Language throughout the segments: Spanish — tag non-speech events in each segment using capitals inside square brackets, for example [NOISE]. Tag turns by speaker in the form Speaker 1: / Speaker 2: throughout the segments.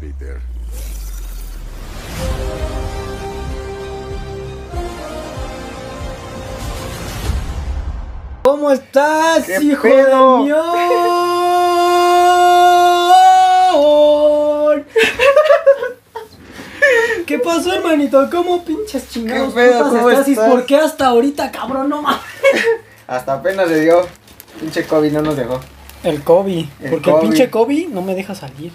Speaker 1: Peter.
Speaker 2: ¿Cómo estás,
Speaker 3: ¿Qué
Speaker 2: hijo
Speaker 3: pedo?
Speaker 2: de mío? ¿Qué pasó, hermanito? ¿Cómo pinches chingados
Speaker 3: ¿Qué pedo?
Speaker 2: putas
Speaker 3: ¿Cómo
Speaker 2: estás? ¿Y
Speaker 3: estás?
Speaker 2: por qué hasta ahorita, cabrón? No mames.
Speaker 3: Hasta apenas le dio. Pinche COVID no nos dejó.
Speaker 2: El Kobe.
Speaker 3: El
Speaker 2: porque
Speaker 3: Kobe.
Speaker 2: el pinche Kobe no me deja
Speaker 3: [LAUGHS]
Speaker 2: salir.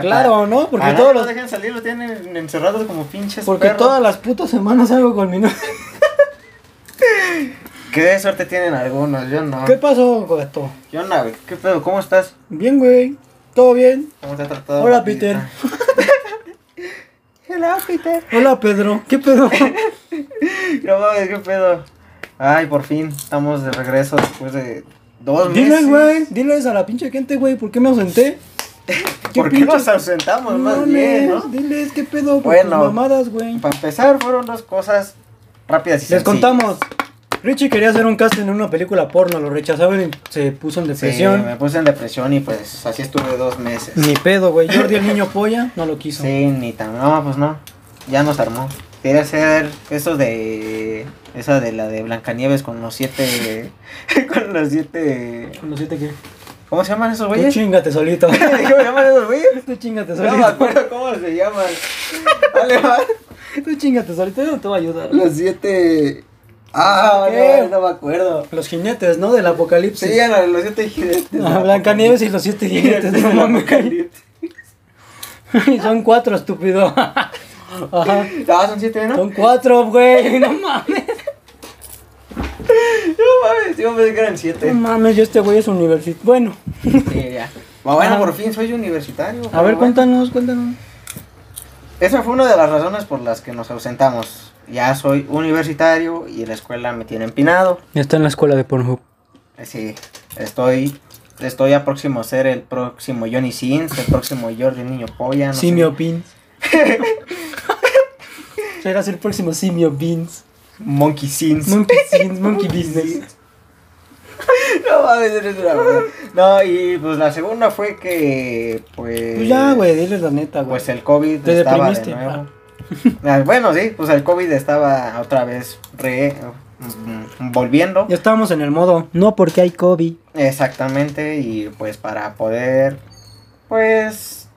Speaker 2: Claro, ¿no? Porque,
Speaker 3: Ah, no,
Speaker 2: todos
Speaker 3: no
Speaker 2: los-
Speaker 3: dejan salir, lo tienen encerrados como pinches
Speaker 2: porque
Speaker 3: perros.
Speaker 2: todas las putas semanas salgo con mi novia.
Speaker 3: Qué suerte tienen algunos, yo no.
Speaker 2: ¿Qué pasó, gato?
Speaker 3: Yo no, güey. ¿Qué pedo? ¿Cómo estás?
Speaker 2: Bien, güey. ¿Todo bien?
Speaker 3: ¿Cómo te ha tratado?
Speaker 2: Hola,
Speaker 3: la vida? Hola, Peter.
Speaker 2: Hola, Pedro. ¿Qué
Speaker 3: [LAUGHS]
Speaker 2: pedo?
Speaker 3: No mames, qué pedo. Ay, por fin, estamos de regreso después de dos
Speaker 2: Diles,
Speaker 3: meses.
Speaker 2: güey, diles a la pinche gente, güey, ¿por qué me ausenté?
Speaker 3: ¿Por qué nos ausentamos más bien, no?
Speaker 2: Diles, ¿qué pedo? Por
Speaker 3: Bueno. Pues,
Speaker 2: tus mamadas, güey.
Speaker 3: Para empezar, fueron dos cosas rápidas y
Speaker 2: Les
Speaker 3: sencillas.
Speaker 2: contamos. Richie quería hacer un casting en una película porno, lo rechazaron y se puso en
Speaker 3: Sí, me
Speaker 2: depresión.
Speaker 3: puse en depresión y pues así estuve dos meses.
Speaker 2: Ni pedo, güey. Jordi el niño polla no lo quiso.
Speaker 3: Sí, ni tan. No, pues no. Ya nos armó. Quería hacer eso de. Esa de la de Blancanieves con los siete. [LAUGHS] con los siete.
Speaker 2: Con los siete que.
Speaker 3: ¿Cómo se llaman esos
Speaker 2: Tú
Speaker 3: güeyes?
Speaker 2: chingate solito.
Speaker 3: [LAUGHS] ¿Cómo se llaman esos güeyes?
Speaker 2: Tú chingate
Speaker 3: No me
Speaker 2: solito.
Speaker 3: acuerdo cómo se llaman.
Speaker 2: [LAUGHS]
Speaker 3: Vale, va.
Speaker 2: Tú chingate solito, yo no te voy a ayudar.
Speaker 3: Los siete. Ah,
Speaker 2: ¿Qué?
Speaker 3: no, no me acuerdo.
Speaker 2: Los jinetes, ¿no? Del
Speaker 3: Sí,
Speaker 2: apocalipsis.
Speaker 3: eran los siete jinetes. del
Speaker 2: Ah,
Speaker 3: [LAUGHS]
Speaker 2: Blancanieves y
Speaker 3: apocalipsis.
Speaker 2: los siete jinetes,
Speaker 3: Jinetes
Speaker 2: no
Speaker 3: del
Speaker 2: mames.
Speaker 3: apocalipsis.
Speaker 2: [LAUGHS] Son cuatro, estúpido. [LAUGHS] Ajá.
Speaker 3: Ah, son siete, ¿no?
Speaker 2: Son cuatro, güey. [LAUGHS] No mames.
Speaker 3: No mames, yo pensé que eran siete.
Speaker 2: No [LAUGHS] mames, yo este güey es universitario. Bueno,
Speaker 3: Sí, ya. Bueno,
Speaker 2: Ah.
Speaker 3: por fin soy universitario.
Speaker 2: a
Speaker 3: pero
Speaker 2: ver,
Speaker 3: bueno.
Speaker 2: cuéntanos, cuéntanos.
Speaker 3: Esa fue una de las razones por las que nos ausentamos. Ya soy universitario y la escuela me tiene empinado.
Speaker 2: Está en la escuela de Pornhub.
Speaker 3: Eh, Sí, estoy, estoy a próximo a ser el próximo Johnny Sins, el próximo Jordi Niño Polla. No sé.
Speaker 2: Simio Beans. [LAUGHS] Serás el próximo Simio Beans.
Speaker 3: Monkey Sins.
Speaker 2: Monkey [LAUGHS] Beans, Monkey Business.
Speaker 3: [LAUGHS] No mames, eres una broma. No, y pues la segunda fue que, pues.
Speaker 2: Pues ya, güey, diles la neta, güey.
Speaker 3: Pues el COVID
Speaker 2: Te
Speaker 3: estaba de
Speaker 2: deprimiste,
Speaker 3: nuevo. Ah, bueno, sí, pues el COVID estaba otra vez re. mm, volviendo.
Speaker 2: Ya estábamos en el modo. No porque hay COVID.
Speaker 3: Exactamente, y pues para poder, pues,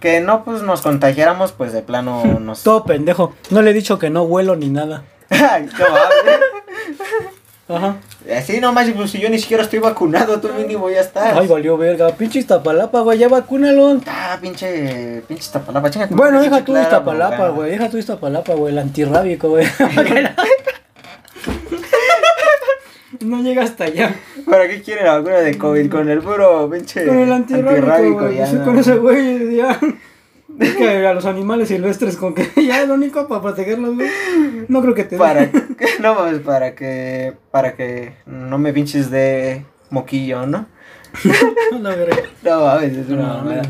Speaker 3: que no pues nos contagiáramos, pues de plano
Speaker 2: [LAUGHS]
Speaker 3: nos...
Speaker 2: Todo pendejo. No le he dicho que no huelo ni nada.
Speaker 3: [LAUGHS] Ay, qué mal.
Speaker 2: Ajá.
Speaker 3: Así nomás, y pues si yo ni siquiera estoy vacunado, tú mínimo ya estás.
Speaker 2: Ay, valió verga. Pinche Iztapalapa, güey. Ya vacúnalo.
Speaker 3: Ah, pinche, pinche Iztapalapa, chinga
Speaker 2: [LAUGHS]
Speaker 3: tu
Speaker 2: Bueno,
Speaker 3: madre,
Speaker 2: deja
Speaker 3: pinche
Speaker 2: tú
Speaker 3: Clara
Speaker 2: Iztapalapa,
Speaker 3: Morgana.
Speaker 2: güey. Deja tú Iztapalapa, güey. El antirrábico,
Speaker 3: [LAUGHS]
Speaker 2: güey. no llega hasta allá.
Speaker 3: ¿Para qué quiere la vacuna de COVID? Con el puro pinche
Speaker 2: Con el antirrábico,
Speaker 3: antirrábico,
Speaker 2: güey.
Speaker 3: ya
Speaker 2: Sí,
Speaker 3: no.
Speaker 2: con ese güey, ya. Es que a los animales silvestres con que [LAUGHS] ya es lo único para protegerlos, güey. No creo que te dé. [LAUGHS]
Speaker 3: Para que, [LAUGHS] no mames, para que, para que no me pinches de moquillo, ¿no?
Speaker 2: La verga.
Speaker 3: No, a veces es una
Speaker 2: No,
Speaker 3: mamada.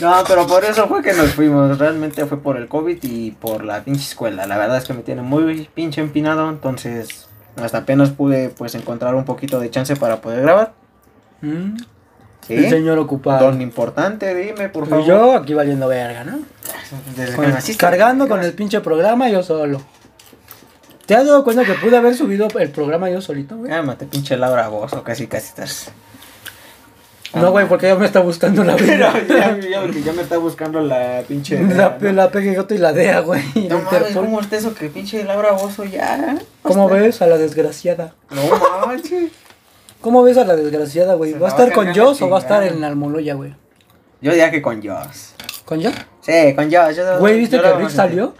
Speaker 3: No, pero por eso fue que nos fuimos. Realmente fue por el COVID y por la pinche escuela. La verdad es que me tiene muy pinche empinado. Entonces, hasta apenas pude pues encontrar un poquito de chance para poder grabar.
Speaker 2: Mm, El
Speaker 3: Sí.
Speaker 2: señor ocupado.
Speaker 3: Don importante, dime, por
Speaker 2: Y
Speaker 3: favor.
Speaker 2: yo aquí valiendo verga, ¿no?
Speaker 3: Desde
Speaker 2: Con
Speaker 3: que
Speaker 2: el-
Speaker 3: naciste.
Speaker 2: cargando con el pinche programa yo solo. ¿Te has dado cuenta que pude haber subido el programa yo solito, güey?
Speaker 3: Cálmate, pinche Laura vos, o casi casi estás.
Speaker 2: No, güey,
Speaker 3: [LAUGHS]
Speaker 2: porque ella me está buscando la
Speaker 3: Pero
Speaker 2: vida.
Speaker 3: ya, ya, porque ya me está buscando la pinche.
Speaker 2: La,
Speaker 3: ¿no?
Speaker 2: la PGJ y la DEA, güey. y
Speaker 3: No
Speaker 2: el
Speaker 3: mames,
Speaker 2: Interpol.
Speaker 3: ¿cómo está eso que pinche Laura Bozo ya?
Speaker 2: ¿Cómo ves a la desgraciada?
Speaker 3: No manches.
Speaker 2: ¿Cómo ves a la desgraciada, güey?
Speaker 3: Se
Speaker 2: ¿Va a
Speaker 3: la
Speaker 2: estar
Speaker 3: va a
Speaker 2: con
Speaker 3: cargar la
Speaker 2: Joss o va a estar
Speaker 3: chingada.
Speaker 2: en Almoloya, güey?
Speaker 3: Yo diría que con Joss.
Speaker 2: ¿Con Joss?
Speaker 3: Sí, con Josh. yo-
Speaker 2: Güey, ¿viste
Speaker 3: yo
Speaker 2: que
Speaker 3: lo
Speaker 2: Rick
Speaker 3: conocí.
Speaker 2: salió?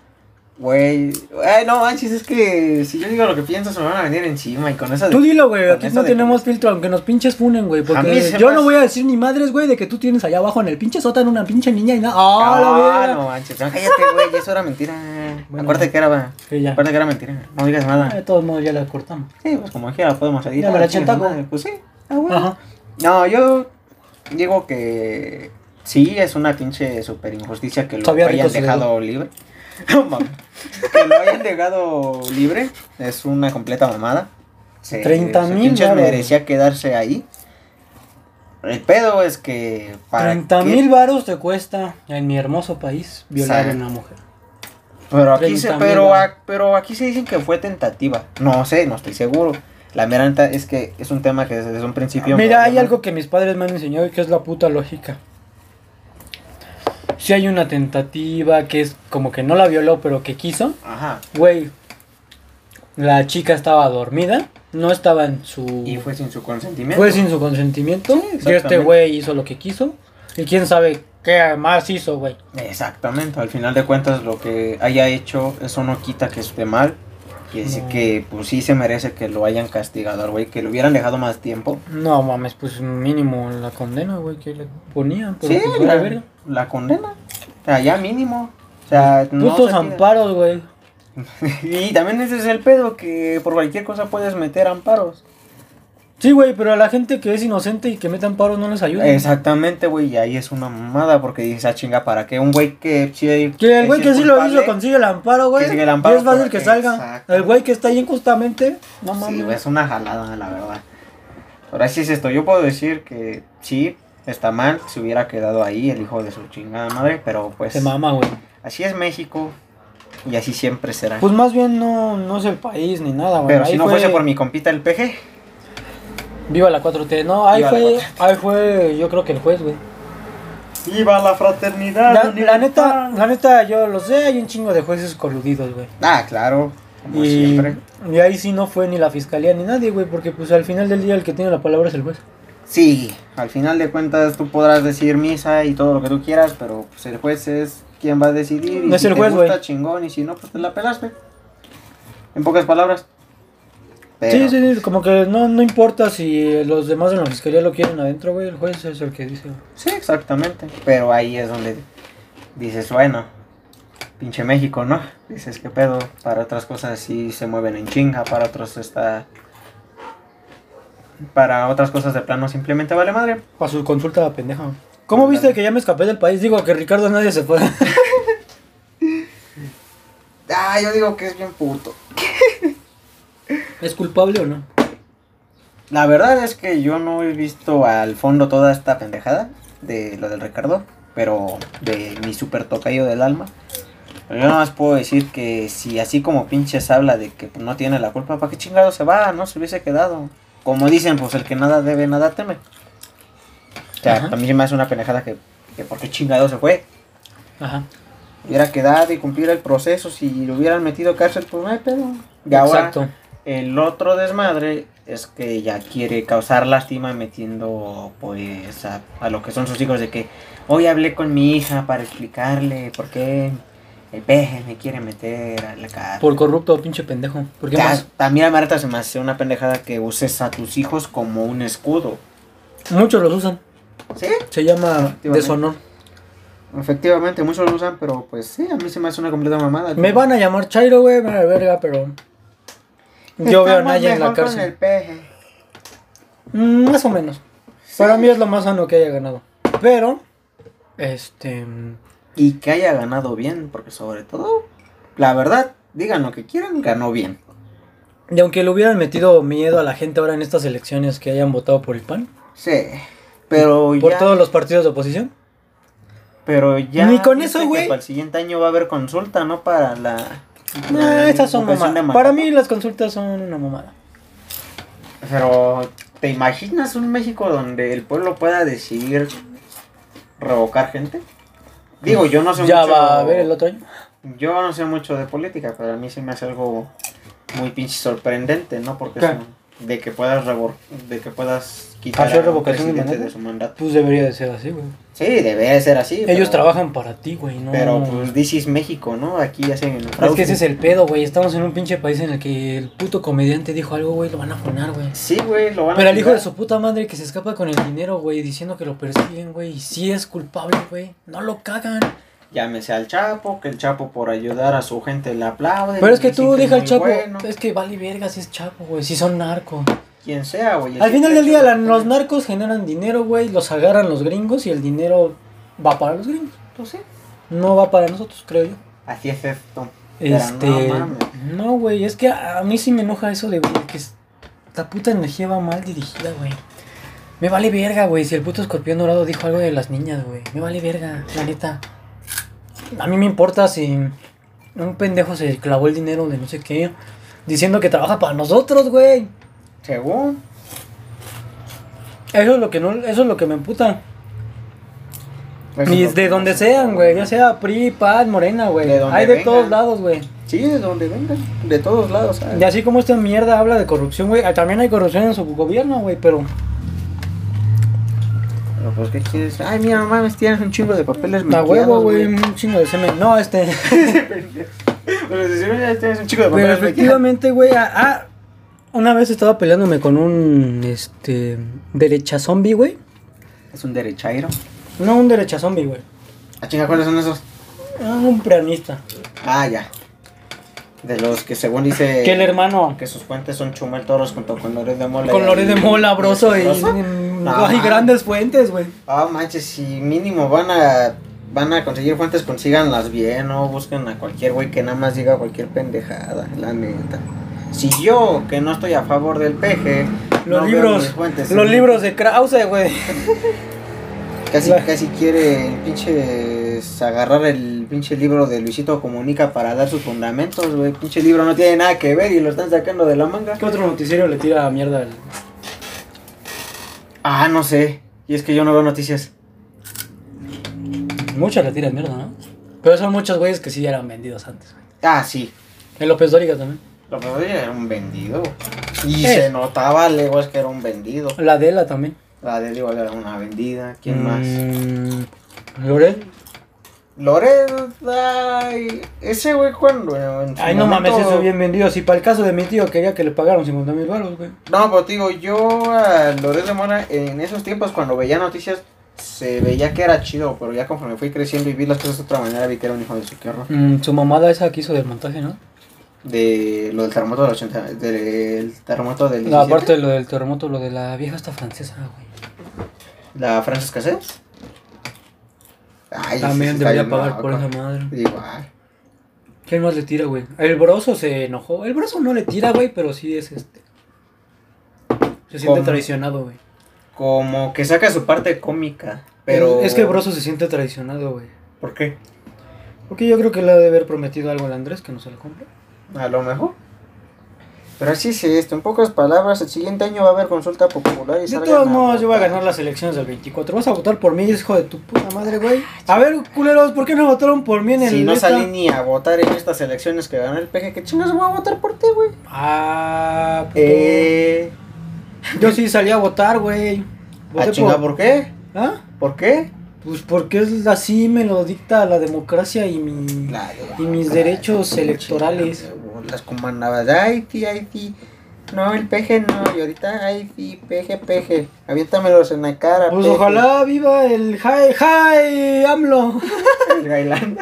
Speaker 3: Güey, ay, no manches, es que si yo digo lo que pienso se me van a venir encima y con eso de-
Speaker 2: Tú dilo, güey,
Speaker 3: con
Speaker 2: aquí
Speaker 3: eso
Speaker 2: no
Speaker 3: de-
Speaker 2: tenemos filtro, aunque nos pinches funen, güey,
Speaker 3: A mí
Speaker 2: porque
Speaker 3: se
Speaker 2: yo
Speaker 3: me
Speaker 2: no
Speaker 3: hace-
Speaker 2: voy a decir ni madres, güey, de que tú tienes allá abajo en el pinche sótano una pinche niña y nada.
Speaker 3: Ah,
Speaker 2: ¡Ah, la verga!
Speaker 3: no manches, no, cállate, güey, eso era mentira.
Speaker 2: Bueno.
Speaker 3: acuérdate que era,
Speaker 2: Sí, ya.
Speaker 3: acuérdate que era mentira, no digas
Speaker 2: Ah, De
Speaker 3: nada.
Speaker 2: todos modos, ya la cortamos.
Speaker 3: Sí, pues como quiera podemos seguir.
Speaker 2: Ya me la
Speaker 3: Ah, chingas
Speaker 2: chantaco.
Speaker 3: madre, Pues sí, ah, bueno.
Speaker 2: Ajá.
Speaker 3: No, yo digo que sí, es una pinche super injusticia que lo
Speaker 2: Sabía rico
Speaker 3: hayan
Speaker 2: su
Speaker 3: dejado libre. [LAUGHS] No mames. que lo hayan dejado libre es una completa mamada. Se,
Speaker 2: 30
Speaker 3: se
Speaker 2: mil
Speaker 3: pinches
Speaker 2: varos.
Speaker 3: merecía quedarse ahí. El pedo es que. para
Speaker 2: 30
Speaker 3: qué-
Speaker 2: mil varos te cuesta en mi hermoso país violar
Speaker 3: Sa-
Speaker 2: a una mujer.
Speaker 3: Pero aquí, se,
Speaker 2: 30.000
Speaker 3: pero,
Speaker 2: varos.
Speaker 3: a- pero aquí se dicen que fue tentativa. No sé, no estoy seguro. La mera neta es que es un tema que desde un principio.
Speaker 2: Mira, hay algo que mis padres me han enseñado y que es la puta lógica. Si hay una tentativa que es como que no la violó, pero que quiso,
Speaker 3: Ajá.
Speaker 2: güey, la chica estaba dormida, no estaba en su...
Speaker 3: Y fue sin su consentimiento.
Speaker 2: fue sin su consentimiento, y este
Speaker 3: exactamente.
Speaker 2: güey hizo lo que quiso, y quién sabe qué más hizo, güey.
Speaker 3: Exactamente, al final de cuentas lo que haya hecho, eso no quita que esté mal. Y así
Speaker 2: No.
Speaker 3: que, pues sí se merece que lo hayan castigado al güey, que lo hubieran dejado más tiempo.
Speaker 2: No mames, pues mínimo la condena, güey, que le ponían. pero
Speaker 3: Sí,
Speaker 2: pues, vale
Speaker 3: la,
Speaker 2: verga.
Speaker 3: la condena. O sea, ya mínimo. O sea, no
Speaker 2: Putos
Speaker 3: se tira.
Speaker 2: amparos, güey.
Speaker 3: [LAUGHS] Y también ese es el pedo, que por cualquier cosa puedes meter amparos.
Speaker 2: Sí, güey, pero a la gente que es inocente y que mete amparos no les ayuda.
Speaker 3: Exactamente, güey, y ahí es una mamada porque dices, ah, chinga, ¿para qué un güey que... sí-
Speaker 2: Que el güey
Speaker 3: sí
Speaker 2: que
Speaker 3: es
Speaker 2: sí lo hizo
Speaker 3: culpable?
Speaker 2: consigue el amparo, güey.
Speaker 3: Consigue el amparo
Speaker 2: Y es fácil
Speaker 3: porque-
Speaker 2: que salga.
Speaker 3: Exacto.
Speaker 2: El güey que está ahí injustamente. No mames.
Speaker 3: Sí, güey, es una jalada, la verdad. Ahora sí es esto. Yo puedo decir que sí, está mal, se hubiera quedado ahí el hijo de su chingada madre, pero pues
Speaker 2: Se mama, güey.
Speaker 3: así es México y así siempre será.
Speaker 2: Pues más bien no, no es el país ni nada, güey.
Speaker 3: pero
Speaker 2: Ahí
Speaker 3: si no
Speaker 2: fue-
Speaker 3: fuese por mi compita el PG,
Speaker 2: Viva la 4T. No, ahí
Speaker 3: Viva la
Speaker 2: fue,
Speaker 3: 4T.
Speaker 2: ahí fue, yo creo que el juez, güey.
Speaker 3: ¡Viva la fraternidad!
Speaker 2: La,
Speaker 3: universal!
Speaker 2: la neta, la neta, yo lo sé, hay un chingo de jueces coludidos, güey.
Speaker 3: Ah, claro, como
Speaker 2: Y,
Speaker 3: siempre.
Speaker 2: y ahí sí no fue ni la fiscalía ni nadie, güey, porque pues al final del día el que tiene la palabra es el juez.
Speaker 3: Sí, al final de cuentas tú podrás decir misa y todo lo que tú quieras, pero pues el juez es quien va a decidir. Y
Speaker 2: No es
Speaker 3: si
Speaker 2: el
Speaker 3: te
Speaker 2: juez, güey.
Speaker 3: gusta, chingón, y si no, pues te la pelaste. En pocas palabras.
Speaker 2: Sí,
Speaker 3: Pero, pues,
Speaker 2: sí, sí, como que no, no importa si los demás en la fiscalía lo quieren adentro, güey, el juez es el que dice. güey.
Speaker 3: sí, exactamente. Pero ahí es donde dices, bueno, pinche México, ¿no? Dices, qué pedo. Para otras cosas sí se mueven en chinga, para otros está. Para otras cosas de plano simplemente vale madre.
Speaker 2: Para su consulta la pendeja. ¿Cómo
Speaker 3: Pues,
Speaker 2: viste que ya me escapé del país? Digo que Ricardo nadie se fue. [LAUGHS]
Speaker 3: Ah, yo digo que es bien puto.
Speaker 2: ¿Es culpable o no?
Speaker 3: La verdad es que yo no he visto al fondo toda esta pendejada de lo del Ricardo, pero de mi super tocayo del alma. Pero yo nada más puedo decir que si así como pinches habla de que no tiene la culpa, ¿para qué chingado se va? No se hubiese quedado. Como dicen, pues el que nada debe, nada teme. O sea,
Speaker 2: Ajá.
Speaker 3: también se me hace una pendejada que, que por qué chingado se fue.
Speaker 2: Ajá.
Speaker 3: Hubiera quedado y cumplir el proceso, si lo hubieran metido cárcel, pues no hay pedo. Y ahora-
Speaker 2: Exacto.
Speaker 3: el otro desmadre es que ya quiere causar lástima metiendo pues a, a lo que son sus hijos de que hoy hablé con mi hija para explicarle por qué el peje me quiere meter a la cara.
Speaker 2: Por corrupto, pinche pendejo. ¿Por qué más?
Speaker 3: También a Marta se me hace una pendejada que uses a tus hijos como un escudo.
Speaker 2: Muchos los usan.
Speaker 3: Sí,
Speaker 2: Se llama deshonor.
Speaker 3: efectivamente, muchos lo usan, pero pues sí, a mí se me hace una completa mamada.
Speaker 2: Me van a llamar Chairo, güey, me la verga, pero. Yo veo a Naya en la
Speaker 3: el
Speaker 2: cárcel.
Speaker 3: peje.
Speaker 2: Mm, más o menos. Para mí es lo más sano que haya ganado. Pero. Este.
Speaker 3: Y que haya ganado bien, porque sobre todo, la verdad, digan lo que quieran, ganó bien.
Speaker 2: Y aunque le hubieran metido miedo a la gente ahora en estas elecciones que hayan votado por el PAN,
Speaker 3: Sí. Pero
Speaker 2: por
Speaker 3: ya.
Speaker 2: todos los partidos de oposición,
Speaker 3: Pero ya.
Speaker 2: Ni con
Speaker 3: viste
Speaker 2: eso,
Speaker 3: que
Speaker 2: güey.
Speaker 3: Para el siguiente año va a haber consulta, ¿no? Para la.
Speaker 2: No,
Speaker 3: la
Speaker 2: estas son
Speaker 3: educación de
Speaker 2: mamadas.
Speaker 3: Mac-
Speaker 2: Para mí las consultas son una mamada.
Speaker 3: Pero. ¿Te imaginas un México donde el pueblo pueda decidir revocar gente? Digo, yo no sé
Speaker 2: ya
Speaker 3: mucho.
Speaker 2: va a haber el otro año.
Speaker 3: Yo no sé mucho de política, pero a mí se me hace algo muy pinche sorprendente, ¿no? Porque
Speaker 2: ¿Qué?
Speaker 3: es un- de que puedas revor- de que puedas quitar
Speaker 2: ¿Hacer
Speaker 3: a un
Speaker 2: revocación de
Speaker 3: presidente
Speaker 2: mandato?
Speaker 3: de su mandato.
Speaker 2: Pues debería de ser así, güey.
Speaker 3: Sí, debe ser así.
Speaker 2: Ellos
Speaker 3: pero-
Speaker 2: trabajan para ti, güey, no.
Speaker 3: Pero pues this is México, ¿no? Aquí hacen el
Speaker 2: es
Speaker 3: fraude.
Speaker 2: que ese es el pedo, güey. Estamos en un pinche país en el que el puto comediante dijo algo, güey, lo van a funar, güey.
Speaker 3: Sí, güey, lo van a
Speaker 2: Pero el hijo
Speaker 3: tirar.
Speaker 2: de su puta madre que se escapa con el dinero, güey, diciendo que lo persiguen, güey, y sí es culpable, güey. No lo cagan.
Speaker 3: Llámese al Chapo, que el Chapo por ayudar a su gente le aplaude.
Speaker 2: Pero es que
Speaker 3: le
Speaker 2: tú
Speaker 3: dicen
Speaker 2: deja al
Speaker 3: muy
Speaker 2: chapo. eh.
Speaker 3: bueno,
Speaker 2: Es que vale verga si es chapo, güey. Si son narcos.
Speaker 3: Quien sea, güey.
Speaker 2: Al
Speaker 3: el
Speaker 2: final del
Speaker 3: simple
Speaker 2: día,
Speaker 3: hecho
Speaker 2: la-
Speaker 3: de-
Speaker 2: los narcos generan dinero, güey. Los agarran los gringos y el dinero va para los gringos.
Speaker 3: Pues sí,
Speaker 2: No va para nosotros, creo yo.
Speaker 3: Así es esto. Pero no
Speaker 2: Este.
Speaker 3: mames.
Speaker 2: No, güey. Es que a, a mí sí me enoja eso de güey, que es- la puta energía va mal dirigida, güey. Me vale verga, güey. Si el puto escorpión dorado dijo algo de las niñas, güey. Me vale verga, la neta. A mí me importa si un pendejo se clavó el dinero de no sé qué. Diciendo que trabaja para nosotros, güey.
Speaker 3: Según.
Speaker 2: Eso es lo que no, eso es lo que me emputa.
Speaker 3: Eso
Speaker 2: Y
Speaker 3: es lo
Speaker 2: de
Speaker 3: que
Speaker 2: donde
Speaker 3: Pues no sé.
Speaker 2: sean, güey. Ya sea PRI, PAD, Morena, güey.
Speaker 3: De donde
Speaker 2: Hay de
Speaker 3: vengan.
Speaker 2: todos lados, güey.
Speaker 3: Sí, de donde vengan. De todos lados. ¿sabes?
Speaker 2: Y así como esta mierda habla de corrupción, güey. ah, También hay corrupción en su gobierno, güey. Pero
Speaker 3: Pero pues, ¿qué quieres? Ay, mira, mames, tienes un chingo de papeles
Speaker 2: la
Speaker 3: mezclados,
Speaker 2: huevo, güey. Un chingo de semen. No,
Speaker 3: [LAUGHS]
Speaker 2: este.
Speaker 3: Pero si mira, tienes un chingo
Speaker 2: Pero
Speaker 3: de papeles mezclados.
Speaker 2: efectivamente, güey, ah, ah, una vez estaba peleándome con un, este, derecha zombie, güey.
Speaker 3: Es un derechairo.
Speaker 2: No, un derecha zombie, güey.
Speaker 3: Ah, chinga, ¿cuáles son esos?
Speaker 2: Ah, un preanista.
Speaker 3: Ah, ya. De los que según dice...
Speaker 2: que el hermano,
Speaker 3: Que sus fuentes son Chumel Toros junto con Loret de Mola.
Speaker 2: con Lore de Mola, broso, y,
Speaker 3: No,
Speaker 2: hay
Speaker 3: mames.
Speaker 2: grandes fuentes, güey.
Speaker 3: Ah, manches, si mínimo van a... Van a conseguir fuentes, consíganlas bien, no busquen a cualquier güey que nada más diga cualquier pendejada, la neta. Si yo, que no estoy a favor del peje,
Speaker 2: Los
Speaker 3: no veo
Speaker 2: libros,
Speaker 3: mis fuentes,
Speaker 2: los
Speaker 3: ¿sí?
Speaker 2: libros de Krause, güey.
Speaker 3: Casi,
Speaker 2: La-
Speaker 3: casi quiere pinches agarrar el pinche libro de Luisito Comunica para dar sus fundamentos, güey. Pinche libro no tiene nada que ver y lo están sacando de la manga.
Speaker 2: ¿Qué otro noticiero le tira a mierda al...
Speaker 3: Ah, no sé. Y es que yo no veo noticias.
Speaker 2: Muchas le tira a mierda, ¿no? Pero son muchos güeyes que sí eran vendidos antes, güey.
Speaker 3: Ah, sí.
Speaker 2: El López Dóriga también.
Speaker 3: Lo peor era un vendido. Y
Speaker 2: Eh.
Speaker 3: se notaba, leguas, que era un vendido.
Speaker 2: La Adela también.
Speaker 3: La de él igual era una vendida.
Speaker 2: Mm.
Speaker 3: ¿Quién más?
Speaker 2: más? Loret.
Speaker 3: Loreda. Ese güey cuando... en su
Speaker 2: Ay, no
Speaker 3: momento-
Speaker 2: mames, eso es bien vendido. Si para el caso de mi tío quería que le pagaron 50 mil baros, güey.
Speaker 3: No, pero te digo, yo a Loret de Mora en esos tiempos cuando veía noticias se veía que era chido, pero ya conforme fui creciendo y vi las cosas de otra manera vi que era un hijo de su tierra.
Speaker 2: Mm, su mamada esa que hizo del montaje, ¿no?
Speaker 3: De lo del terremoto del 80, del terremoto del
Speaker 2: No,
Speaker 3: 17,
Speaker 2: aparte de lo del terremoto, lo de la vieja esta francesa, güey.
Speaker 3: la Frances Cassette. Ay,
Speaker 2: También
Speaker 3: ese está
Speaker 2: debería
Speaker 3: bien
Speaker 2: pagar
Speaker 3: loco.
Speaker 2: por esa madre.
Speaker 3: Igual.
Speaker 2: ¿Quién más le tira, güey? El broso se enojó. El broso no le tira, güey, pero sí es este. Se siente
Speaker 3: ¿Cómo?
Speaker 2: traicionado, güey.
Speaker 3: Como que saca su parte cómica, pero...
Speaker 2: Es que el broso se siente traicionado, güey.
Speaker 3: ¿Por qué?
Speaker 2: Porque yo creo que le ha de haber prometido algo al Andrés que no se lo compre.
Speaker 3: A lo mejor. Pero así es esto, en pocas palabras, el siguiente año va a haber consulta popular y
Speaker 2: De
Speaker 3: salgan
Speaker 2: todos
Speaker 3: a
Speaker 2: modos, yo voy a
Speaker 3: votar.
Speaker 2: ganar las elecciones del 24. Vas a votar por mí, hijo de tu puta madre, güey. A ver, culeros, ¿por qué no votaron por mí en el
Speaker 3: Ah, Si no
Speaker 2: esta?
Speaker 3: salí ni a votar en estas elecciones que ganó el PG, que chingas voy a votar por ti, güey.
Speaker 2: Ah, puto.
Speaker 3: Eh.
Speaker 2: Yo sí salí a votar, güey.
Speaker 3: ¿A
Speaker 2: Voté
Speaker 3: chingar por qué?
Speaker 2: ¿Ah?
Speaker 3: ¿Por qué?
Speaker 2: Pues porque es así me lo dicta la democracia y mi... Y mis derechos electorales.
Speaker 3: Las comandabas, ay, sí, ay, sí. No, el PG no, y ahorita, ay, sí, PG, PG. Aviéntamelos en la cara.
Speaker 2: Pues
Speaker 3: PG.
Speaker 2: ojalá viva el Jai, Jai, AMLO.
Speaker 3: [LAUGHS] El Gailando.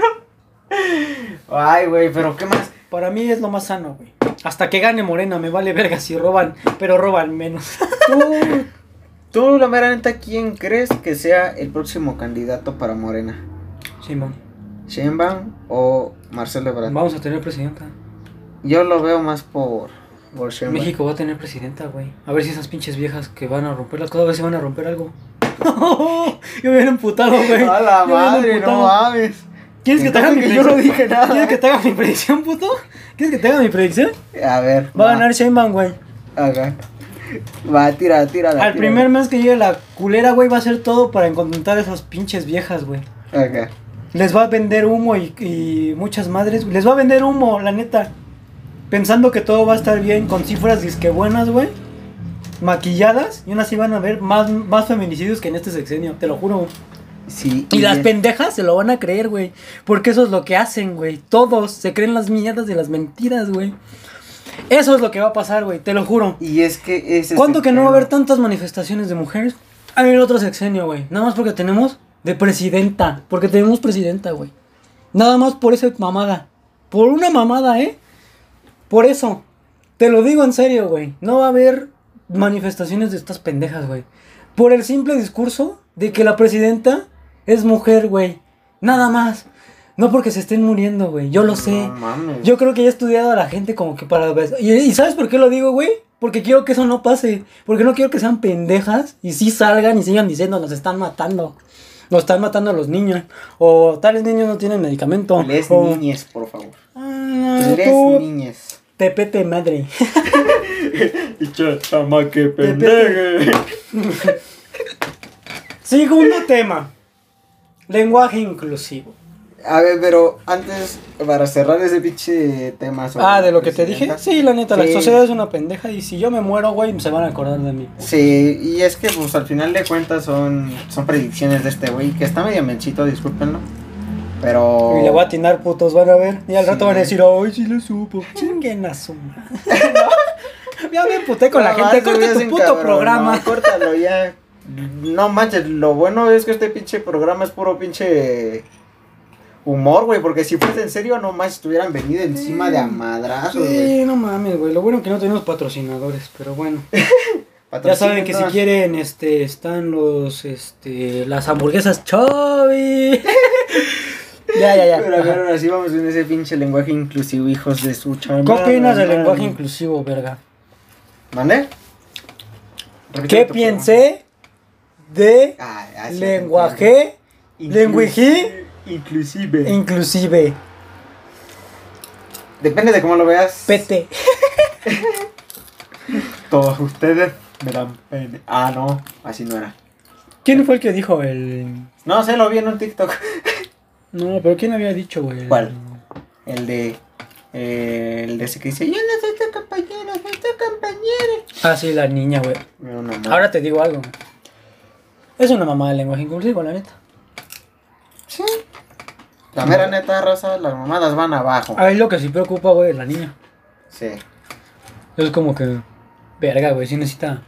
Speaker 3: Ay, güey, pero ¿qué más?
Speaker 2: Para mí es lo más sano, güey. Hasta que gane Morena, me vale verga si roban, pero roban menos.
Speaker 3: Tú, tú, la mera neta, ¿quién crees que sea el próximo candidato para Morena?
Speaker 2: Simón,
Speaker 3: ¿Sheinbaum o Marcelo Ebrard?
Speaker 2: vamos a tener presidenta.
Speaker 3: Yo lo veo más por, por Sheinbaum.
Speaker 2: México va a tener presidenta, güey. A ver si esas pinches viejas que van a romper las cosas, a ver si van a romper algo. [LAUGHS] yo me hubiera emputado,
Speaker 3: [LAUGHS]
Speaker 2: güey.
Speaker 3: A la
Speaker 2: Yo me hubiera
Speaker 3: madre,
Speaker 2: emputado.
Speaker 3: no mames.
Speaker 2: ¿Quieres que te haga mi
Speaker 3: Entonces, que yo no
Speaker 2: predicción?
Speaker 3: dije nada.
Speaker 2: ¿Quieres que te haga mi predicción, puto? ¿Quieres que te haga mi predicción?
Speaker 3: A ver.
Speaker 2: Va a ganar Sheinbaum, güey.
Speaker 3: Acá. Va, tira, tira.
Speaker 2: Al primer mes que llegue la culera, güey, va a hacer todo para encontrar a esas pinches viejas, güey.
Speaker 3: Acá.
Speaker 2: Les va a vender humo y, y muchas madres. güey. Les va a vender humo, la neta. Pensando que todo va a estar bien con cifras disque buenas, güey. Maquilladas. Y aún así van a haber más, más feminicidios que en este sexenio, te lo juro.
Speaker 3: Sí.
Speaker 2: Y las
Speaker 3: bien.
Speaker 2: pendejas se lo van a creer, güey. Porque eso es lo que hacen, güey. Todos se creen las mierdas de las mentiras, güey. Eso es lo que va a pasar, güey, te lo juro.
Speaker 3: Y es que ese.
Speaker 2: ¿Cuánto
Speaker 3: es
Speaker 2: que
Speaker 3: el
Speaker 2: no va a
Speaker 3: pedo.
Speaker 2: haber tantas manifestaciones de mujeres? A ver, otro sexenio, güey. Nada más porque tenemos de presidenta. Porque tenemos presidenta, güey. Nada más por esa mamada. Por una mamada, ¿eh? Por eso. Te lo digo en serio, güey. No va a haber manifestaciones de estas pendejas, güey. Por el simple discurso de que la presidenta es mujer, güey. Nada más. No porque se estén muriendo, güey. Yo lo sé.
Speaker 3: No mames.
Speaker 2: Yo creo que he estudiado a la gente como que para... Y, ¿y sabes por qué lo digo, güey? Porque quiero que eso no pase. Porque no quiero que sean pendejas y sí salgan y sigan diciendo nos están matando. Nos están matando a los niños. O tales niños no tienen medicamento.
Speaker 3: Les
Speaker 2: o,
Speaker 3: niñes, por favor.
Speaker 2: "Ah,
Speaker 3: Les
Speaker 2: tú,
Speaker 3: niñes.
Speaker 2: tepete madre. [LAUGHS]
Speaker 3: Chama que
Speaker 2: pendeje. Segundo tema. Lenguaje inclusivo.
Speaker 3: A ver, pero antes, para cerrar ese pinche tema sobre
Speaker 2: Ah, de lo que te
Speaker 3: presidenta.
Speaker 2: dije. Sí, la neta,
Speaker 3: Sí.
Speaker 2: la sociedad es una pendeja y si yo me muero, güey, se van a acordar de mí.
Speaker 3: Sí, y es que pues al final de cuentas son, son predicciones de este güey, que está medio menchito, discúlpenlo. Pero.
Speaker 2: Y le voy a atinar, putos, van a ver. Y al
Speaker 3: Sí.
Speaker 2: rato van a decir, ay, sí lo supo. Chinguen a su
Speaker 3: [LAUGHS]
Speaker 2: madre. No, Ya me emputé con la
Speaker 3: Nada
Speaker 2: gente.
Speaker 3: más,
Speaker 2: Corta
Speaker 3: güey,
Speaker 2: tu
Speaker 3: es un
Speaker 2: puto
Speaker 3: cabrón,
Speaker 2: programa.
Speaker 3: no, córtalo ya. No manches, lo bueno es que este pinche programa es puro pinche humor, güey, porque si fuese en serio, no más estuvieran venido encima de amadrazo, güey.
Speaker 2: Sí, no mames, güey. Lo bueno que no tenemos patrocinadores, pero bueno. Ya saben que si
Speaker 3: Patrocínenos.
Speaker 2: quieren, este, están los, este, las hamburguesas Chavi. [LAUGHS] ya, ya, ya.
Speaker 3: Pero a
Speaker 2: Ajá.
Speaker 3: ver, ahora sí vamos en ese pinche lenguaje inclusivo, hijos de su chamba.
Speaker 2: ¿Qué opinas del lenguaje inclusivo, verga?
Speaker 3: ¿Mande? Repíteme
Speaker 2: ¿Qué
Speaker 3: tu
Speaker 2: piensé de
Speaker 3: pregunta. Ah, ah, sí,
Speaker 2: lenguaje
Speaker 3: entiendo.
Speaker 2: lenguaje
Speaker 3: Inclusive.
Speaker 2: inclusive?
Speaker 3: Depende de cómo lo veas.
Speaker 2: Pete.
Speaker 3: Todos ustedes me dan pene. Ah, no, así no era.
Speaker 2: ¿Quién fue el que dijo el...?
Speaker 3: No, se lo vi en un TikTok.
Speaker 2: No, pero ¿quién había dicho, güey?
Speaker 3: ¿Cuál? El de. eh, el de ese que dice: Yo no soy tu compañero, soy tu compañero.
Speaker 2: Ah, sí, la niña, güey.
Speaker 3: No, no, no.
Speaker 2: Ahora te digo algo. güey. Es una mamá del lenguaje inclusivo, la neta.
Speaker 3: Sí. La mera neta raza, las mamadas van abajo.
Speaker 2: A él lo que sí preocupa, güey, es la niña.
Speaker 3: Sí.
Speaker 2: Es como que... Verga, güey, sí necesita...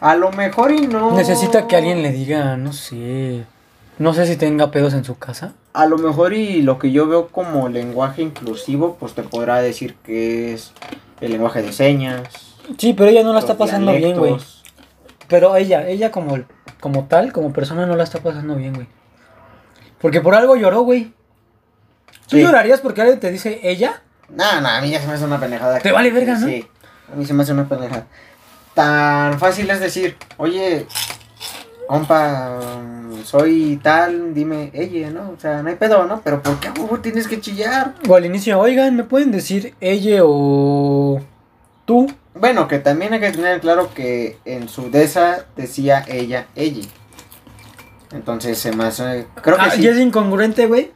Speaker 3: A lo mejor y no.
Speaker 2: Necesita que alguien le diga, no sé... No sé si tenga pedos en su casa.
Speaker 3: A lo mejor y lo que yo veo como lenguaje inclusivo, pues te podrá decir que es el lenguaje de señas.
Speaker 2: Sí, pero ella no la
Speaker 3: los
Speaker 2: está pasando bien, güey.
Speaker 3: dialectos.
Speaker 2: Pero ella, ella como, como tal, como persona, no la está pasando bien, güey. Porque por algo lloró, güey. ¿Tú
Speaker 3: Sí.
Speaker 2: llorarías porque alguien te dice ella?
Speaker 3: No, no, a mí ya se me hace una pendejada.
Speaker 2: Te vale verga, ¿no?
Speaker 3: Sí, a mí se me hace una pendejada. Tan fácil es decir, oye, compa, mm, soy tal, dime ella, ¿no? O sea, no hay pedo, ¿no? Pero ¿por qué a huevo tienes que chillar?
Speaker 2: O al inicio, oigan, ¿me pueden decir ella o tú?
Speaker 3: Bueno, que también hay que tener claro que en su deza decía ella, ella. Entonces se me hace. Creo que
Speaker 2: Ah,
Speaker 3: sí.
Speaker 2: Y es incongruente, güey.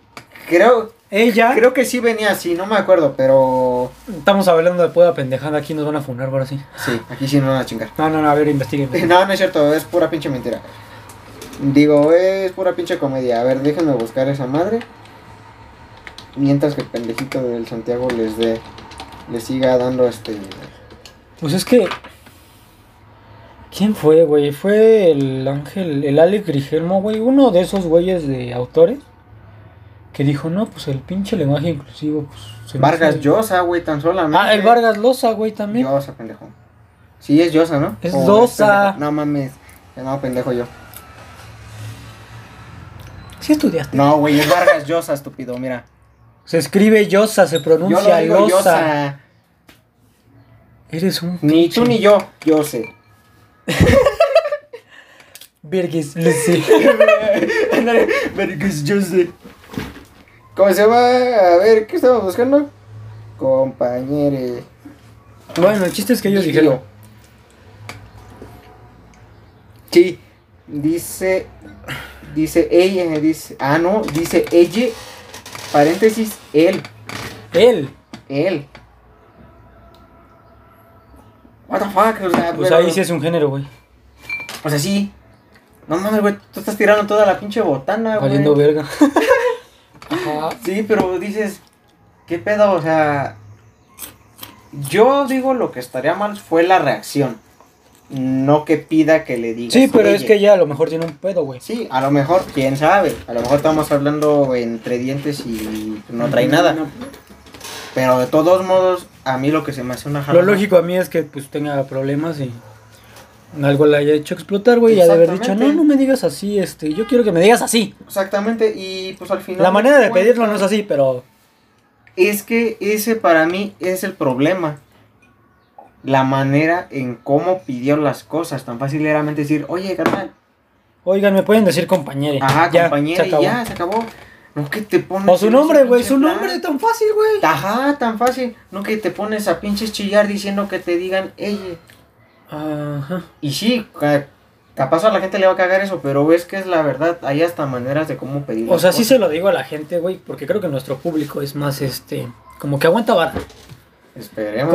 Speaker 3: Creo,
Speaker 2: Ella.
Speaker 3: creo que sí venía así, no me acuerdo, pero.
Speaker 2: Estamos hablando de pueda pendejada, aquí nos van a funar ahora sí.
Speaker 3: Sí, aquí sí no van a chingar. [LAUGHS]
Speaker 2: No, no, no, a ver, investiguen.
Speaker 3: Eh, No, no es cierto, es pura pinche mentira. Digo, es pura pinche comedia. A ver, déjenme buscar esa madre. Mientras que el pendejito del Santiago les dé. Le siga dando este.
Speaker 2: Pues es que. ¿Quién fue, güey? Fue el Ángel, el Alex Grigelmo, güey. Uno de esos güeyes de autores que dijo, no, pues el pinche lenguaje inclusivo, pues. se me
Speaker 3: Vargas
Speaker 2: hace-".
Speaker 3: Llosa, güey, tan solamente.
Speaker 2: Ah, el Vargas Loza, güey, también.
Speaker 3: Llosa, pendejo. Sí, es Llosa, ¿no?
Speaker 2: Es
Speaker 3: O
Speaker 2: Llosa.
Speaker 3: pendejo. No mames. No, pendejo yo.
Speaker 2: Sí estudiaste.
Speaker 3: No, güey, es Vargas Llosa, estúpido, mira.
Speaker 2: Se escribe Yosa, se
Speaker 3: Yo
Speaker 2: pronuncia
Speaker 3: lo digo
Speaker 2: Loza.
Speaker 3: Llosa.
Speaker 2: Eres un.
Speaker 3: Ni tú ni yo, yo
Speaker 2: [LAUGHS]
Speaker 3: sé.
Speaker 2: Virgis, Lucy.
Speaker 3: Vergas, yo sé. ¿Cómo se va? A ver, ¿qué estamos buscando? Compañere.
Speaker 2: bueno, el chiste es que ellos
Speaker 3: Tío.
Speaker 2: dijeron.
Speaker 3: Sí, dice. Dice ella, dice. Ah, no, dice ella. Paréntesis, él.
Speaker 2: Él.
Speaker 3: Él. What the fuck, o sea,
Speaker 2: Pues
Speaker 3: Ah, pero-
Speaker 2: ahí sí es un género, güey.
Speaker 3: O sea, sí. No mames, güey, tú estás tirando toda la pinche botana, güey.
Speaker 2: Valiendo
Speaker 3: [LAUGHS]
Speaker 2: verga. Ajá.
Speaker 3: Sí, pero dices, ¿qué pedo? O sea, yo digo lo que estaría mal fue la reacción. No que pida que le digas.
Speaker 2: Sí, pero es
Speaker 3: "Oye".
Speaker 2: que ella a lo mejor tiene un pedo, güey.
Speaker 3: Sí, a lo mejor, quién sabe. A lo mejor estamos hablando entre dientes y no trae
Speaker 2: Mm,
Speaker 3: nada. Pero de todos modos, a mí lo que se me hace una
Speaker 2: Lo
Speaker 3: jalada-
Speaker 2: lógico a mí es que pues tenga problemas y algo le haya hecho explotar, güey, y ha de haber dicho, no,
Speaker 3: Exactamente.
Speaker 2: no me digas así, este, yo quiero que me digas así.
Speaker 3: Exactamente, y pues al final.
Speaker 2: La manera de
Speaker 3: cuenta-
Speaker 2: pedirlo no es así, pero
Speaker 3: Es que ese para mí es el problema. la manera en cómo pidió las cosas. Tan fácil era mente decir, oye, carnal.
Speaker 2: Oigan, me pueden decir compañero.
Speaker 3: Ajá,
Speaker 2: ya,
Speaker 3: compañero,
Speaker 2: se
Speaker 3: y
Speaker 2: acabó.
Speaker 3: ya, se acabó. No que te pones.
Speaker 2: O su
Speaker 3: en
Speaker 2: nombre,
Speaker 3: ese
Speaker 2: güey,
Speaker 3: pinche
Speaker 2: su
Speaker 3: plan.
Speaker 2: nombre, tan fácil, güey.
Speaker 3: Ajá, tan fácil. No que te pones a pinches chillar diciendo que te digan, ella.
Speaker 2: Ajá.
Speaker 3: Y sí, ca- capaz a la gente le va a cagar eso, pero ves que es la verdad. Hay hasta maneras de cómo pedir.
Speaker 2: O
Speaker 3: las
Speaker 2: sea, sí
Speaker 3: cosas.
Speaker 2: se lo digo a la gente, güey, porque creo que nuestro público es más, este, como que aguanta vara.
Speaker 3: Esperemos.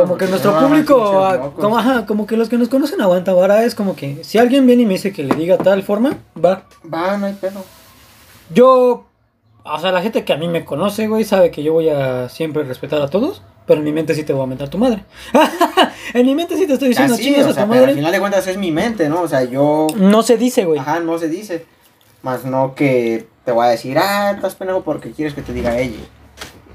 Speaker 2: Como que
Speaker 3: Ah, porque
Speaker 2: nuestro
Speaker 3: no pues. hagan
Speaker 2: público,
Speaker 3: pinches
Speaker 2: ah,
Speaker 3: locos.
Speaker 2: como, ajá, como que los que nos conocen aguanta vara, es como que si alguien viene y me dice que le diga tal forma, va.
Speaker 3: Va, no hay pedo.
Speaker 2: Yo, o sea, la gente que a mí me conoce, güey, sabe que yo voy a siempre respetar a todos, pero en mi mente sí te voy a mentar tu madre. [LAUGHS] en mi mente sí te estoy diciendo
Speaker 3: Así,
Speaker 2: chingas
Speaker 3: o
Speaker 2: a
Speaker 3: sea,
Speaker 2: tu
Speaker 3: pero al
Speaker 2: madre.
Speaker 3: final de cuentas es mi mente, ¿no? O sea, yo.
Speaker 2: No se dice, güey.
Speaker 3: Ajá, no se dice. Más no que te voy a decir, ah, estás pendejo porque quieres que te diga ella.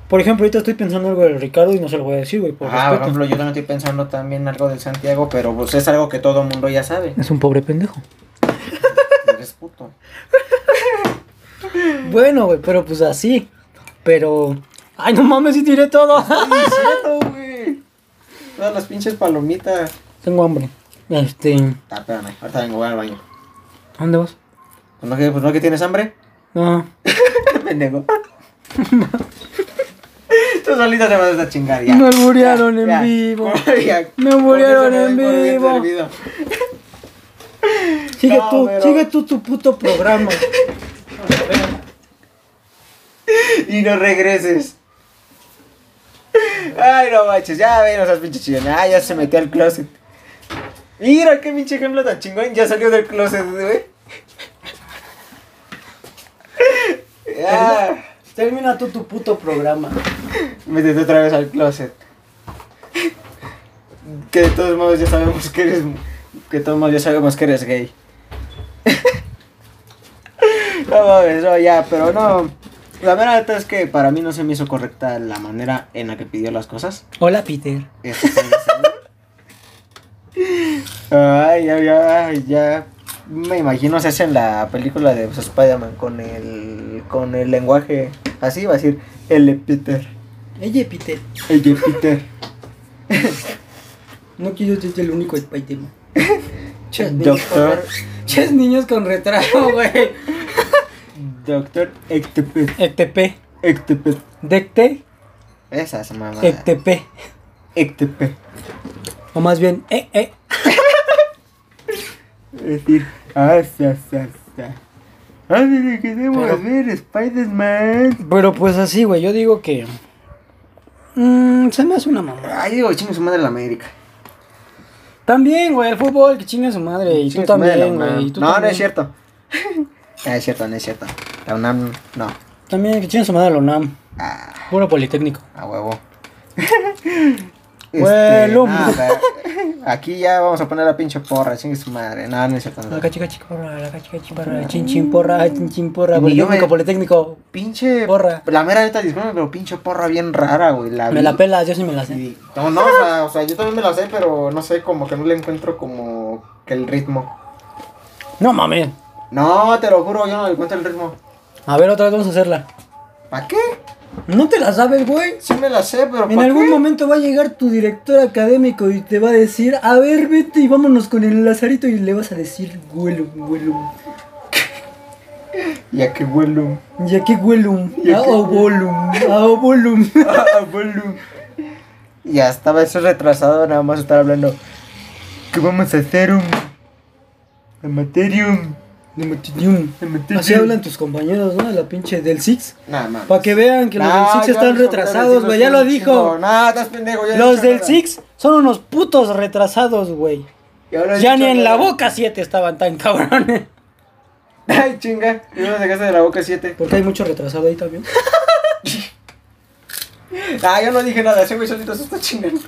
Speaker 2: Por ejemplo, ahorita estoy pensando algo del Ricardo y no se lo voy a decir, güey, por
Speaker 3: Ajá, por
Speaker 2: respeto.
Speaker 3: ejemplo, yo también estoy pensando también algo del Santiago, pero pues es algo que todo mundo ya sabe. [LAUGHS]
Speaker 2: Es un pobre pendejo.
Speaker 3: Eres puto.
Speaker 2: Bueno, güey, pero pues así. Pero. Ay, no mames, sí tiré [LAUGHS] todo.
Speaker 3: diciendo, güey? Todas las pinches palomitas.
Speaker 2: Tengo hambre. Este.
Speaker 3: Ah, espérame, ahorita vengo, voy al baño.
Speaker 2: ¿a ¿Dónde vas?
Speaker 3: Pues no que, pues no que tienes hambre. [LAUGHS]
Speaker 2: No. [LAUGHS]
Speaker 3: Pendejo. Tú solita te vas a chingar ya.
Speaker 2: Me alburearon
Speaker 3: Ya,
Speaker 2: en
Speaker 3: ya.
Speaker 2: vivo. [LAUGHS]
Speaker 3: [LAUGHS] Con- ya.
Speaker 2: Me
Speaker 3: Con
Speaker 2: alburearon
Speaker 3: eso
Speaker 2: en
Speaker 3: vengo bien
Speaker 2: vivo.
Speaker 3: servido.
Speaker 2: Sigue
Speaker 3: No,
Speaker 2: tú,
Speaker 3: pero-
Speaker 2: sigue tú tu puto programa.
Speaker 3: Y no regreses. Ay, no manches, ya ven, esas pinches chillón. Ah, ya se metió al closet. Mira qué pinche ejemplo tan chingón, ya salió del closet, güey. Ya,
Speaker 2: [LAUGHS] Termina tú tu puto programa.
Speaker 3: métete otra vez al closet. Que de todos modos ya sabemos que eres. Que de todos modos ya sabemos que eres gay. [LAUGHS] No mames, no, ya, pero no. La verdad es que para mí no se me hizo correcta la manera en la que pidió las cosas.
Speaker 2: Hola, Peter.
Speaker 3: Eso fue lo segundo. Ay, ya, ya, ya. Me imagino se hace en la película de pues, Spider-Man con el, con el lenguaje así, va a decir, el de Peter,
Speaker 2: Oye, Peter.
Speaker 3: el de Peter.
Speaker 2: No quiero ser el único Spider-Man. [LAUGHS] Ches, niños
Speaker 3: Doctor,
Speaker 2: con- ches niños con retraso, [LAUGHS] güey.
Speaker 3: Doctor Ectepet,
Speaker 2: ETP.
Speaker 3: Ectepet.
Speaker 2: DECT.
Speaker 3: Esas
Speaker 2: Ah.
Speaker 3: mamadas.
Speaker 2: ETP.
Speaker 3: Ectepet.
Speaker 2: O más bien, eh, eh.
Speaker 3: Es decir, ah, sa, sa, sa. Ah, desde que debo
Speaker 2: Pero-
Speaker 3: ver Spider-Man.
Speaker 2: Pero pues así, güey, yo digo que. mm, se me hace una mamá.
Speaker 3: Ay, digo, chingue su madre la América.
Speaker 2: También, güey, el fútbol, que chinga su madre. Y
Speaker 3: Sí,
Speaker 2: tú
Speaker 3: es mala,
Speaker 2: también,
Speaker 3: man.
Speaker 2: güey. y tú
Speaker 3: No, no
Speaker 2: también.
Speaker 3: es cierto. [LAUGHS] No es cierto, no es cierto. La UNAM, no.
Speaker 2: También, que chinga su madre la UNAM.
Speaker 3: Ah,
Speaker 2: Puro Politécnico.
Speaker 3: a [LAUGHS] huevo. Este,
Speaker 2: Vuelo.
Speaker 3: no, pero aquí ya vamos a poner la pinche porra, chingue su madre. No, no es cierto. no.
Speaker 2: La cachica chiporra, la cachica chiporra, chin chin porra, chin chin porra,
Speaker 3: Ah. Ni yo
Speaker 2: Politécnico,
Speaker 3: me-
Speaker 2: Politécnico.
Speaker 3: Pinche
Speaker 2: Porra.
Speaker 3: La mera neta, disculpe, pero pinche porra bien rara, güey. La
Speaker 2: Me
Speaker 3: vi
Speaker 2: la pelas, yo sí me la sé.
Speaker 3: y- No, no, o sea, o sea, yo también me la sé, pero no sé, como que no le encuentro como que el ritmo.
Speaker 2: No mames.
Speaker 3: No, te lo juro, yo no le encuentro el ritmo.
Speaker 2: A ver, otra vez vamos a hacerla.
Speaker 3: ¿Para qué?
Speaker 2: No te la sabes, güey.
Speaker 3: Sí me la sé, pero
Speaker 2: En
Speaker 3: ¿pa'
Speaker 2: algún
Speaker 3: qué?
Speaker 2: momento va a llegar tu director académico y te va a decir, a ver, vete y vámonos con el Lazarito y le vas a decir, huelum, huelum.
Speaker 3: Ya que vuelo. [LAUGHS]
Speaker 2: Ya que huelum,
Speaker 3: Ya
Speaker 2: a
Speaker 3: que
Speaker 2: volum, a volum.
Speaker 3: Ah, Y Ya estaba eso retrasado, nada más estar hablando. ¿Qué vamos a hacer? Um? Amaterium. Amaterium.
Speaker 2: Así hablan tus compañeros, ¿no? De La pinche del Six.
Speaker 3: Nada más.
Speaker 2: Para que vean que los del Six están retrasados, güey. Ya lo dijo.
Speaker 3: No, estás pendejo. ya no he
Speaker 2: Los
Speaker 3: dicho
Speaker 2: del
Speaker 3: nada.
Speaker 2: Six son unos putos retrasados, güey.
Speaker 3: Ya, no he
Speaker 2: Ya
Speaker 3: dicho
Speaker 2: ni en la
Speaker 3: nada.
Speaker 2: boca 7 estaban tan cabrones.
Speaker 3: [LAUGHS] Ay, chinga. Y uno se casa de la boca 7.
Speaker 2: Porque hay mucho retrasado ahí también.
Speaker 3: Ah, yo no dije nada. Ese güey solito se está chingando.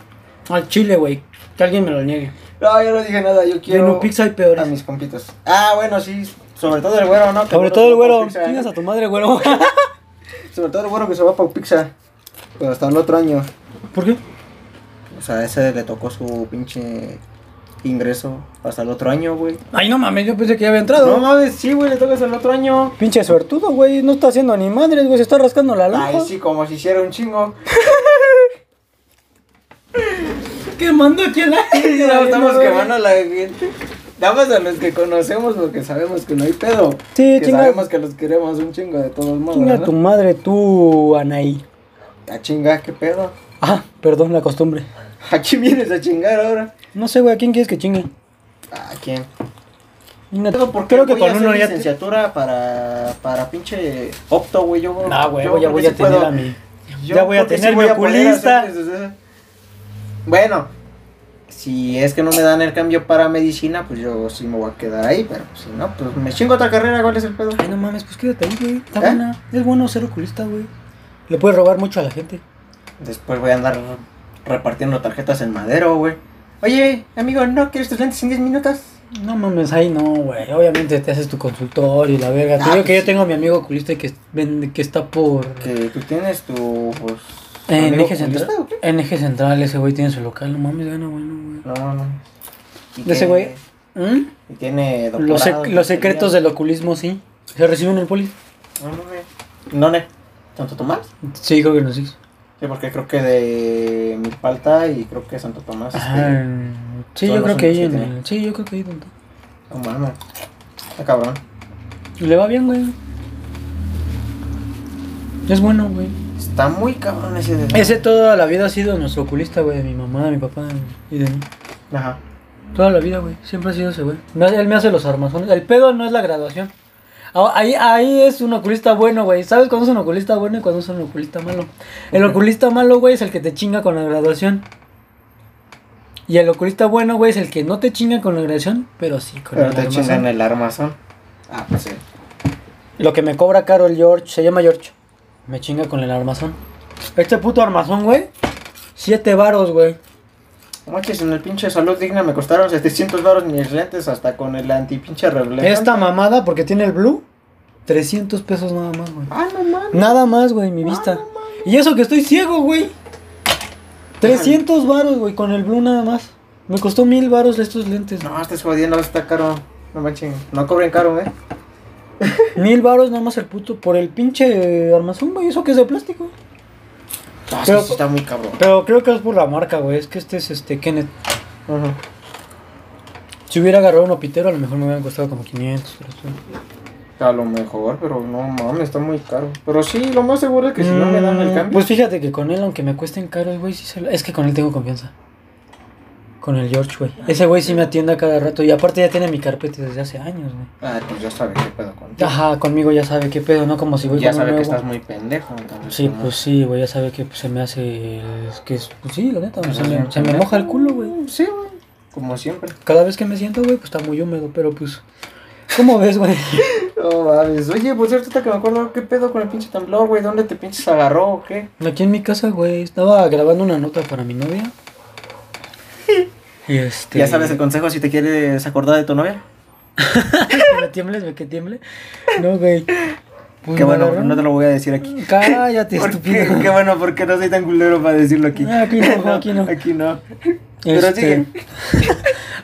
Speaker 2: Al chile, güey. Que alguien me lo niegue.
Speaker 3: No, yo no dije nada. Yo
Speaker 2: Que En
Speaker 3: quiero.
Speaker 2: Upix hay
Speaker 3: A
Speaker 2: peores.
Speaker 3: mis compitos. Ah, bueno, sí. Sobre todo el güero, ¿no? eh. Que
Speaker 2: Sobre todo el
Speaker 3: se va pa'
Speaker 2: güero.
Speaker 3: Upixa.
Speaker 2: Chingas a tu madre,
Speaker 3: [LAUGHS]
Speaker 2: güero.
Speaker 3: Sobre todo el güero que se va para Upixa. Pero hasta el otro año.
Speaker 2: ¿Por qué?
Speaker 3: O sea, ese le tocó su pinche ingreso hasta el otro año, güey.
Speaker 2: Ay, no mames, yo pensé que ya había
Speaker 3: No
Speaker 2: entrado.
Speaker 3: mames, sí, güey, le toca hasta el otro año.
Speaker 2: Pinche suertudo, güey. No está haciendo ni madres, güey. Se está rascando la
Speaker 3: Ay,
Speaker 2: lonja.
Speaker 3: sí, como si hiciera un chingo.
Speaker 2: quemando aquí a la gente.
Speaker 3: [LAUGHS] Ya estamos
Speaker 2: valiendo verga.
Speaker 3: quemando a la gente. Damos a los que conocemos porque sabemos que no hay pedo.
Speaker 2: Sí,
Speaker 3: que
Speaker 2: chinga.
Speaker 3: sabemos que los queremos un chingo de todos modos.
Speaker 2: Chinga
Speaker 3: ¿no?
Speaker 2: tu madre, tú, Anaí.
Speaker 3: A chingar, qué pedo.
Speaker 2: Ah, perdón la costumbre.
Speaker 3: ¿A quién vienes a chingar ahora?
Speaker 2: No sé, güey, ¿a quién quieres que chingue?
Speaker 3: ¿A quién?
Speaker 2: Una-
Speaker 3: Pero ¿por qué
Speaker 2: Creo que
Speaker 3: voy a
Speaker 2: con
Speaker 3: hacer
Speaker 2: uno ya. te-
Speaker 3: licenciatura para, para pinche opto, güey. Yo,
Speaker 2: No, güey,
Speaker 3: yo
Speaker 2: ya
Speaker 3: creo
Speaker 2: voy
Speaker 3: que
Speaker 2: a
Speaker 3: sí
Speaker 2: tener
Speaker 3: puedo.
Speaker 2: a mi.
Speaker 3: Yo
Speaker 2: Ya voy a
Speaker 3: creo que
Speaker 2: tener mi
Speaker 3: voy a poder
Speaker 2: oculista.
Speaker 3: hacerles, o sea, Bueno, si es que no me dan el cambio para medicina, pues yo sí me voy a quedar ahí, pero si no, pues me chingo otra carrera, ¿cuál es el pedo?
Speaker 2: Ay, no mames, pues quédate ahí, güey. Está
Speaker 3: ¿Eh?
Speaker 2: buena. Es bueno ser oculista, güey. Le puedes robar mucho a la gente.
Speaker 3: Después voy a andar repartiendo tarjetas en madero, güey. Oye, amigo, ¿no quieres tus lentes en 10 minutos?
Speaker 2: No mames, ahí no, güey. Obviamente te haces tu consultor y la verga.
Speaker 3: Ah,
Speaker 2: te digo que
Speaker 3: pues
Speaker 2: yo tengo a mi amigo oculista que, vende- que está por.
Speaker 3: Que tú tienes tu, pues...
Speaker 2: En
Speaker 3: amigo
Speaker 2: eje central.
Speaker 3: oculista, ¿o qué?
Speaker 2: En eje central, ese güey tiene su local. No mames, gana bueno, güey.
Speaker 3: No, no. Y
Speaker 2: ¿De ese
Speaker 3: tiene-
Speaker 2: güey? ¿Mm?
Speaker 3: Y tiene
Speaker 2: Los, sec-
Speaker 3: doctorado,
Speaker 2: los secretos del oculismo, sí. ¿Se reciben en el poli?
Speaker 3: No, no, güey. ¿Dónde? ¿Santo Tomás?
Speaker 2: Sí, creo que no sí.
Speaker 3: Sí, porque creo que de mi palta y creo que Santo Tomás.
Speaker 2: Ajá.
Speaker 3: este,
Speaker 2: Ah, Sí, yo
Speaker 3: son los
Speaker 2: creo que ahí
Speaker 3: únicos
Speaker 2: en
Speaker 3: que
Speaker 2: el. Sí, yo creo que ahí donde.
Speaker 3: No mames. Está cabrón.
Speaker 2: Le va bien, güey. Es bueno, güey.
Speaker 3: Está muy cabrón ese de.
Speaker 2: Ese toda la vida ha sido nuestro oculista, güey, de mi mamá, de mi papá y de mí.
Speaker 3: Ajá.
Speaker 2: Toda la vida, güey. Siempre ha sido ese, güey. Me hace- Él me hace los armazones. El pedo no es la graduación. Ah, Ahí, ahí es un oculista bueno, güey. ¿Sabes cuándo es un oculista bueno y cuándo es un oculista malo? El oculista malo, güey, es el que te chinga con la graduación. Y el oculista bueno, güey, es el que no te chinga con la graduación, pero sí con
Speaker 3: Pero
Speaker 2: el
Speaker 3: te
Speaker 2: armazón.
Speaker 3: chingan el armazón. Ah, pues sí.
Speaker 2: Lo que me cobra caro el George, se llama George. Me chinga con el armazón. Este puto armazón, güey. Siete varos, güey.
Speaker 3: No Manches, en el pinche salud digna me costaron 700 baros mis lentes hasta con el antipinche reflejo.
Speaker 2: Esta mamada, porque tiene el blue, 300 pesos nada más, güey.
Speaker 3: Ah, no mames.
Speaker 2: Nada más, güey, mi vista. Y eso que estoy ciego, güey. 300 varos, güey, con el blue nada más. Me costó mil varos estos lentes.
Speaker 3: No, estás jodiendo, está caro. No manches, no cobren caro, eh.
Speaker 2: Mil varos nada más el puto por el pinche armazón, güey. Eso que es de plástico.
Speaker 3: Ah,
Speaker 2: Pero-
Speaker 3: sí, sí, está muy cabrón.
Speaker 2: Pero creo que es por la marca, güey. Es que este es este Kenneth.
Speaker 3: Ujú.
Speaker 2: Si hubiera agarrado uno pitero, a lo mejor me hubieran costado como 500. 300.
Speaker 3: A lo mejor, pero no mames, está muy caro. Pero sí, lo más seguro es que si no me dan el
Speaker 2: Mm,
Speaker 3: cambio.
Speaker 2: Pues fíjate que con él, aunque me cuesten caros, güey, sí se lo- Es que con él tengo confianza. Con el George, güey. Ese güey sí me atiende a cada rato. Y aparte ya tiene mi carpeta desde hace años, güey.
Speaker 3: Ah, pues ya sabes qué pedo contigo.
Speaker 2: Ajá, conmigo ya sabe qué pedo, ¿no? Como si voy
Speaker 3: ya
Speaker 2: con un
Speaker 3: sabe que
Speaker 2: nuevo.
Speaker 3: estás muy pendejo, entonces.
Speaker 2: Sí,
Speaker 3: ¿no?
Speaker 2: pues sí, güey, ya sabe que pues, se me hace... es que es- pues sí, la neta,
Speaker 3: Pues
Speaker 2: se,
Speaker 3: es
Speaker 2: me,
Speaker 3: bien
Speaker 2: se me
Speaker 3: pendejo.
Speaker 2: moja el culo, güey.
Speaker 3: Sí, güey. Como siempre.
Speaker 2: Cada vez que me siento, güey, pues está muy húmedo, pero pues... ¿Cómo ves, güey? [LAUGHS]
Speaker 3: No mames. Oye, por cierto, ahorita que me acuerdo, ¿qué pedo con el pinche temblor, güey? ¿Dónde te pinches agarró o qué?
Speaker 2: Aquí en mi casa, güey, estaba grabando una nota para mi novia. Y este... [LAUGHS]
Speaker 3: Ya sabes el consejo si te quieres acordar de tu novia.
Speaker 2: Que me tiembles, güey, que tiemble. No, güey. Pues
Speaker 3: qué
Speaker 2: me
Speaker 3: bueno,
Speaker 2: agarraron.
Speaker 3: no te lo voy a decir aquí.
Speaker 2: Cállate,
Speaker 3: ¿Por qué?
Speaker 2: estúpido.
Speaker 3: Qué bueno, porque no soy tan culero para decirlo aquí.
Speaker 2: Ah, aquí no, aquí no.
Speaker 3: [LAUGHS] Aquí no. Pero
Speaker 2: Este,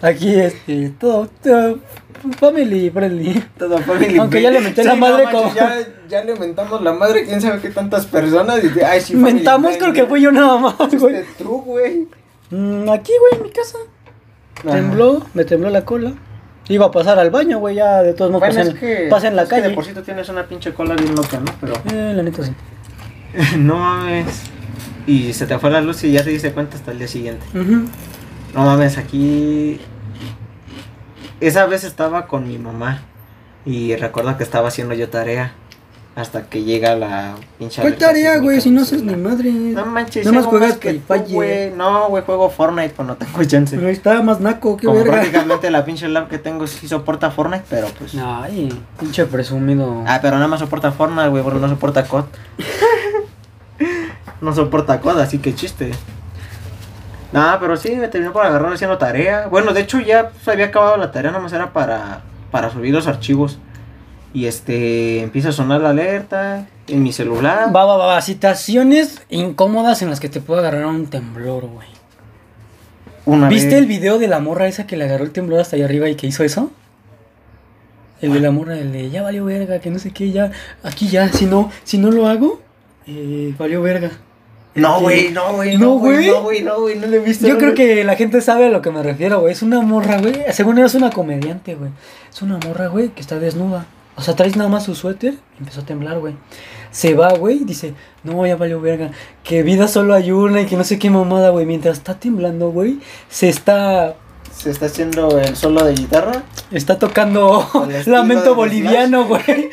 Speaker 2: Aquí, este, todo, todo family friendly.
Speaker 3: Todo family
Speaker 2: Aunque ya le menté la
Speaker 3: no
Speaker 2: madre
Speaker 3: manches,
Speaker 2: como-
Speaker 3: ya, ya le mentamos la madre, quién sabe qué tantas personas. Y, ay, sí, family
Speaker 2: Mentamos, creo que
Speaker 3: friendly.
Speaker 2: fui yo nada más, güey.
Speaker 3: Este tú, güey.
Speaker 2: Mm, aquí, güey, en mi casa.
Speaker 3: Ajá.
Speaker 2: Tembló, me tembló la cola. Iba a pasar al baño, güey, ya de todos modos
Speaker 3: Bueno,
Speaker 2: pasé,
Speaker 3: es
Speaker 2: en-
Speaker 3: que.
Speaker 2: pasé en la
Speaker 3: es que
Speaker 2: calle.
Speaker 3: de por sí tú tienes una pinche cola bien loca, ¿no? Pero.
Speaker 2: Eh, la neta sí.
Speaker 3: [LAUGHS] no mames. Y se te fue la luz y ya te diste cuenta hasta el día siguiente.
Speaker 2: Ujú.
Speaker 3: No mames, aquí. Esa vez estaba con mi mamá. Y recuerdo que estaba haciendo yo tarea. Hasta que llega la pinche.
Speaker 2: ¿Cuál
Speaker 3: alerta
Speaker 2: tarea,
Speaker 3: sísmica
Speaker 2: güey? Si
Speaker 3: en
Speaker 2: no
Speaker 3: mi
Speaker 2: haces ni
Speaker 3: celular.
Speaker 2: madre.
Speaker 3: No manches,
Speaker 2: Nada más
Speaker 3: hago
Speaker 2: juegas
Speaker 3: que
Speaker 2: Free
Speaker 3: tú,
Speaker 2: Fire.
Speaker 3: güey. No, güey, juego Fortnite cuando tengo chance.
Speaker 2: Pero ahí está más naco, qué
Speaker 3: Como
Speaker 2: verga.
Speaker 3: prácticamente la pinche lab que tengo sí soporta Fortnite, pero pues.
Speaker 2: Ay, pinche presumido.
Speaker 3: Ah, pero nada más soporta Fortnite, güey, porque no soporta COD. no soporta COD, así que chiste. Nada, pero sí, me terminó por agarrar haciendo tarea. Bueno, de hecho ya se había acabado la tarea, nada más era para, para subir los archivos. Y este, empieza a sonar la alerta en mi celular.
Speaker 2: Va, va, va, va, Situaciones incómodas en las que te puede agarrar un temblor, güey.
Speaker 3: Una
Speaker 2: ¿Viste
Speaker 3: vez-
Speaker 2: el video de la morra esa que le agarró el temblor hasta allá arriba y que hizo eso? El de la morra, el de ya valió verga, que no sé qué, ya, aquí ya, si no, si no lo hago, eh, valió verga.
Speaker 3: No, güey, no, güey.
Speaker 2: No,
Speaker 3: No, güey.
Speaker 2: güey.
Speaker 3: No, güey, no, güey. No le he visto.
Speaker 2: Yo
Speaker 3: no
Speaker 2: creo
Speaker 3: le-
Speaker 2: que la gente sabe a lo que me refiero, güey. Es una morra, güey. Según era es una comediante, güey. Es una morra, güey, que está desnuda. O sea, traes nada más su suéter y empezó a temblar, güey. Se va, güey, y dice, no, ya valió verga. Que vida solo hay una y que no sé qué mamada, güey. Mientras está temblando, güey, se está.
Speaker 3: Se está haciendo el solo de guitarra.
Speaker 2: Está tocando [LAUGHS]
Speaker 3: Al estilo
Speaker 2: Lamento
Speaker 3: de
Speaker 2: Boliviano, güey.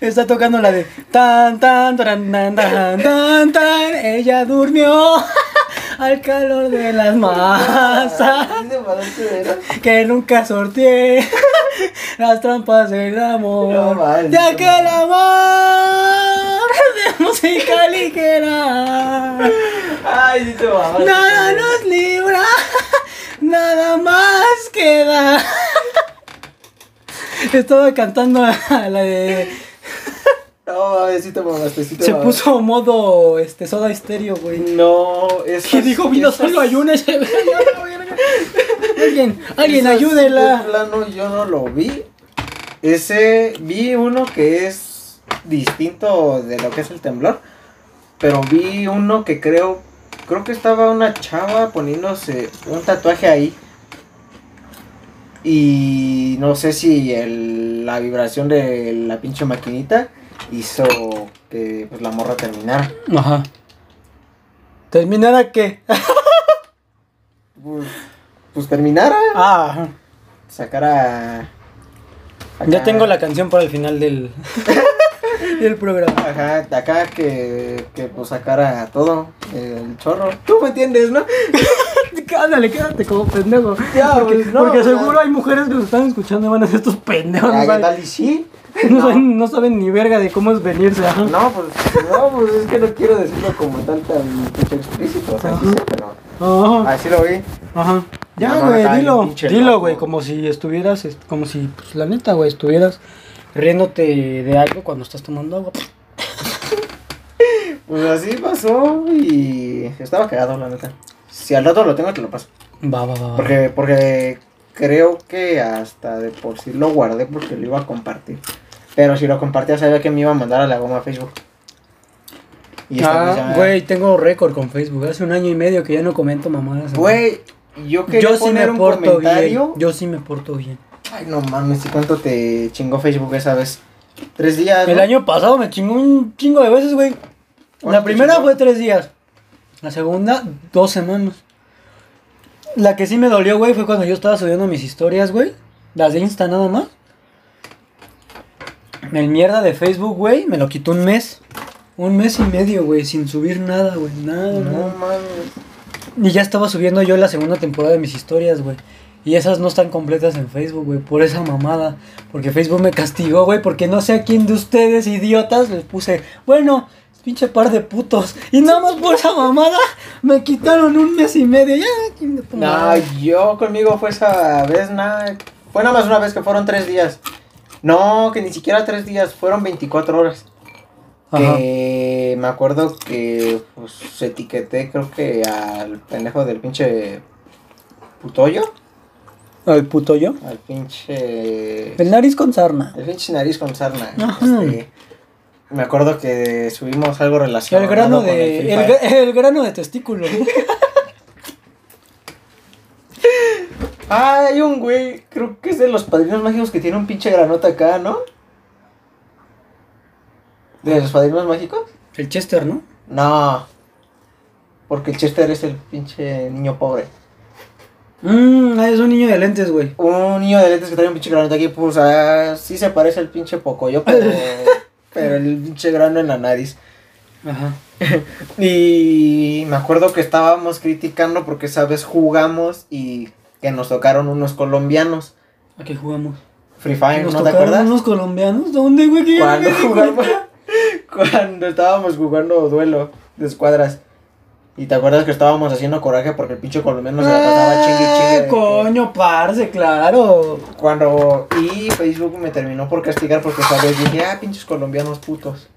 Speaker 2: Está tocando la de tan tan taran, tan tan tan tan ella durmió [LAUGHS] al calor de las masas
Speaker 3: Ah, ese balance de-
Speaker 2: que nunca sorteé [LAUGHS] las trampas del amor
Speaker 3: No, vale,
Speaker 2: ya
Speaker 3: no,
Speaker 2: que el
Speaker 3: vale.
Speaker 2: amor de música ligera
Speaker 3: Ay, sí te va.
Speaker 2: Nada nos libra, [LAUGHS] nada más queda. [LAUGHS] Estaba cantando a la de.
Speaker 3: No, mames, sí te mamaste, sí te
Speaker 2: Se
Speaker 3: mamaste.
Speaker 2: puso modo este, soda estéreo, güey.
Speaker 3: No, es.
Speaker 2: Que dijo, vida solo hay [LAUGHS] una. se ve". Alguien, alguien, ayúdela.
Speaker 3: plano yo no lo vi. Ese. Vi uno que es distinto de lo que es el temblor. Pero vi uno que creo. Creo que estaba una chava poniéndose un tatuaje ahí. Y no sé si el- la vibración de la pinche maquinita hizo que pues, la morra terminara.
Speaker 2: Ajá. ¿Terminara qué?
Speaker 3: Pues, pues terminara.
Speaker 2: Ah, ajá.
Speaker 3: sacar a. acá-
Speaker 2: [LAUGHS] ya tengo la canción para el final [LAUGHS] del. del programa.
Speaker 3: Ajá, de acá que, que pues sacara todo el chorro. Tú me entiendes, ¿no?
Speaker 2: [LAUGHS] Ándale, quédate como pendejo.
Speaker 3: Ya,
Speaker 2: porque,
Speaker 3: pues, no,
Speaker 2: porque
Speaker 3: o sea-
Speaker 2: seguro hay mujeres que nos están escuchando y van a ser estos pendejos.
Speaker 3: Ah,
Speaker 2: no
Speaker 3: ¿qué
Speaker 2: saben-
Speaker 3: tal y sí?
Speaker 2: [LAUGHS] No,
Speaker 3: No.
Speaker 2: Saben, no saben ni verga de cómo es venirse. ajá.
Speaker 3: No, pues, no, pues es que no quiero decirlo como tal tan pinche explícito. O sea, sí, pero
Speaker 2: Ajá.
Speaker 3: así lo vi.
Speaker 2: Oh, Ajá. Ya,
Speaker 3: No, no,
Speaker 2: güey,
Speaker 3: acá hay un
Speaker 2: dilo.
Speaker 3: pinche
Speaker 2: Dilo,
Speaker 3: loco.
Speaker 2: güey, como si estuvieras, es- como si, pues la neta, güey, estuvieras riéndote de algo cuando estás tomando agua.
Speaker 3: Pues así pasó y estaba cagado, la neta. Si al rato lo tengo, te lo paso.
Speaker 2: Va, va, va, va.
Speaker 3: Porque, porque creo que hasta de por sí lo guardé porque lo iba a compartir. Pero si lo compartía sabía que me iba a mandar a la goma a Facebook. Y esta vez
Speaker 2: Ah,
Speaker 3: ya-
Speaker 2: güey, tengo récord con Facebook. Hace un año y medio que ya no comento mamadas.
Speaker 3: Güey, yo quería
Speaker 2: yo sí me
Speaker 3: poner un
Speaker 2: porto
Speaker 3: comentario.
Speaker 2: bien. Yo sí me porto bien.
Speaker 3: Ay, no mames, ¿y cuánto te chingó Facebook esa vez? Tres días.
Speaker 2: El
Speaker 3: ¿no?
Speaker 2: año pasado me chingó un chingo de veces, güey. La
Speaker 3: ¿Cuánto
Speaker 2: primera
Speaker 3: chingó?
Speaker 2: fue tres días. La segunda, dos semanas. La que sí me dolió, güey, fue cuando yo estaba subiendo mis historias, güey. Las de Insta nada más. El mierda de Facebook, güey, me lo quitó un mes. Un mes y medio, güey, sin subir nada, güey. Nada,
Speaker 3: No
Speaker 2: nada.
Speaker 3: mames.
Speaker 2: Y ya estaba subiendo yo la segunda temporada de mis historias, güey. Y esas no están completas en Facebook, güey, por esa mamada. Porque Facebook me castigó, güey, porque no sé a quién de ustedes, idiotas, les puse, bueno, pinche par de putos. Y nada más por esa mamada me quitaron un mes y medio. Ya, chinga tu
Speaker 3: No,
Speaker 2: madre.
Speaker 3: yo conmigo fue esa vez, nada. Fue nada más una vez que fueron tres días. No, que ni siquiera tres días, fueron 24 horas.
Speaker 2: Ajá.
Speaker 3: Que me acuerdo que pues etiqueté, creo que al pendejo del pinche putoyo.
Speaker 2: ¿El puto yo?
Speaker 3: Al pinche.
Speaker 2: El nariz con sarna.
Speaker 3: El pinche nariz con sarna.
Speaker 2: Ajá.
Speaker 3: este, me acuerdo que subimos algo relacionado
Speaker 2: El grano
Speaker 3: con
Speaker 2: de.
Speaker 3: Free
Speaker 2: El,
Speaker 3: Fire.
Speaker 2: gra- el grano de
Speaker 3: [LAUGHS]
Speaker 2: testículo.
Speaker 3: Ah, hay un güey, creo que es de los padrinos mágicos que tiene un pinche granota acá, ¿no? ¿De los padrinos mágicos?
Speaker 2: El Chester, ¿no?
Speaker 3: No. Porque el Chester es el pinche niño pobre.
Speaker 2: Mmm, es un niño de lentes, güey.
Speaker 3: Un niño de lentes que trae un pinche granota aquí, pues ah, sí se parece al pinche Pocoyo,
Speaker 2: [LAUGHS]
Speaker 3: pero, pero el pinche grano en la nariz.
Speaker 2: Ajá.
Speaker 3: [LAUGHS] Y me acuerdo que estábamos criticando porque esa vez jugamos y que nos tocaron unos colombianos.
Speaker 2: ¿A qué jugamos?
Speaker 3: Free Fire,
Speaker 2: Nos
Speaker 3: ¿no te
Speaker 2: tocaron
Speaker 3: acuerdas?
Speaker 2: unos colombianos. ¿Dónde, güey? Que yo no [LAUGHS]
Speaker 3: Cuando
Speaker 2: me di
Speaker 3: jugamos,
Speaker 2: cuenta.
Speaker 3: [LAUGHS] cuando estábamos jugando duelo de escuadras. Y te acuerdas que estábamos haciendo coraje porque el pinche colombiano se la pasaba chingue
Speaker 2: Ah,
Speaker 3: chingue. de que-
Speaker 2: coño, parce, claro.
Speaker 3: Cuando. Y Facebook me terminó por castigar porque esa vez dije, ah, pinches colombianos putos.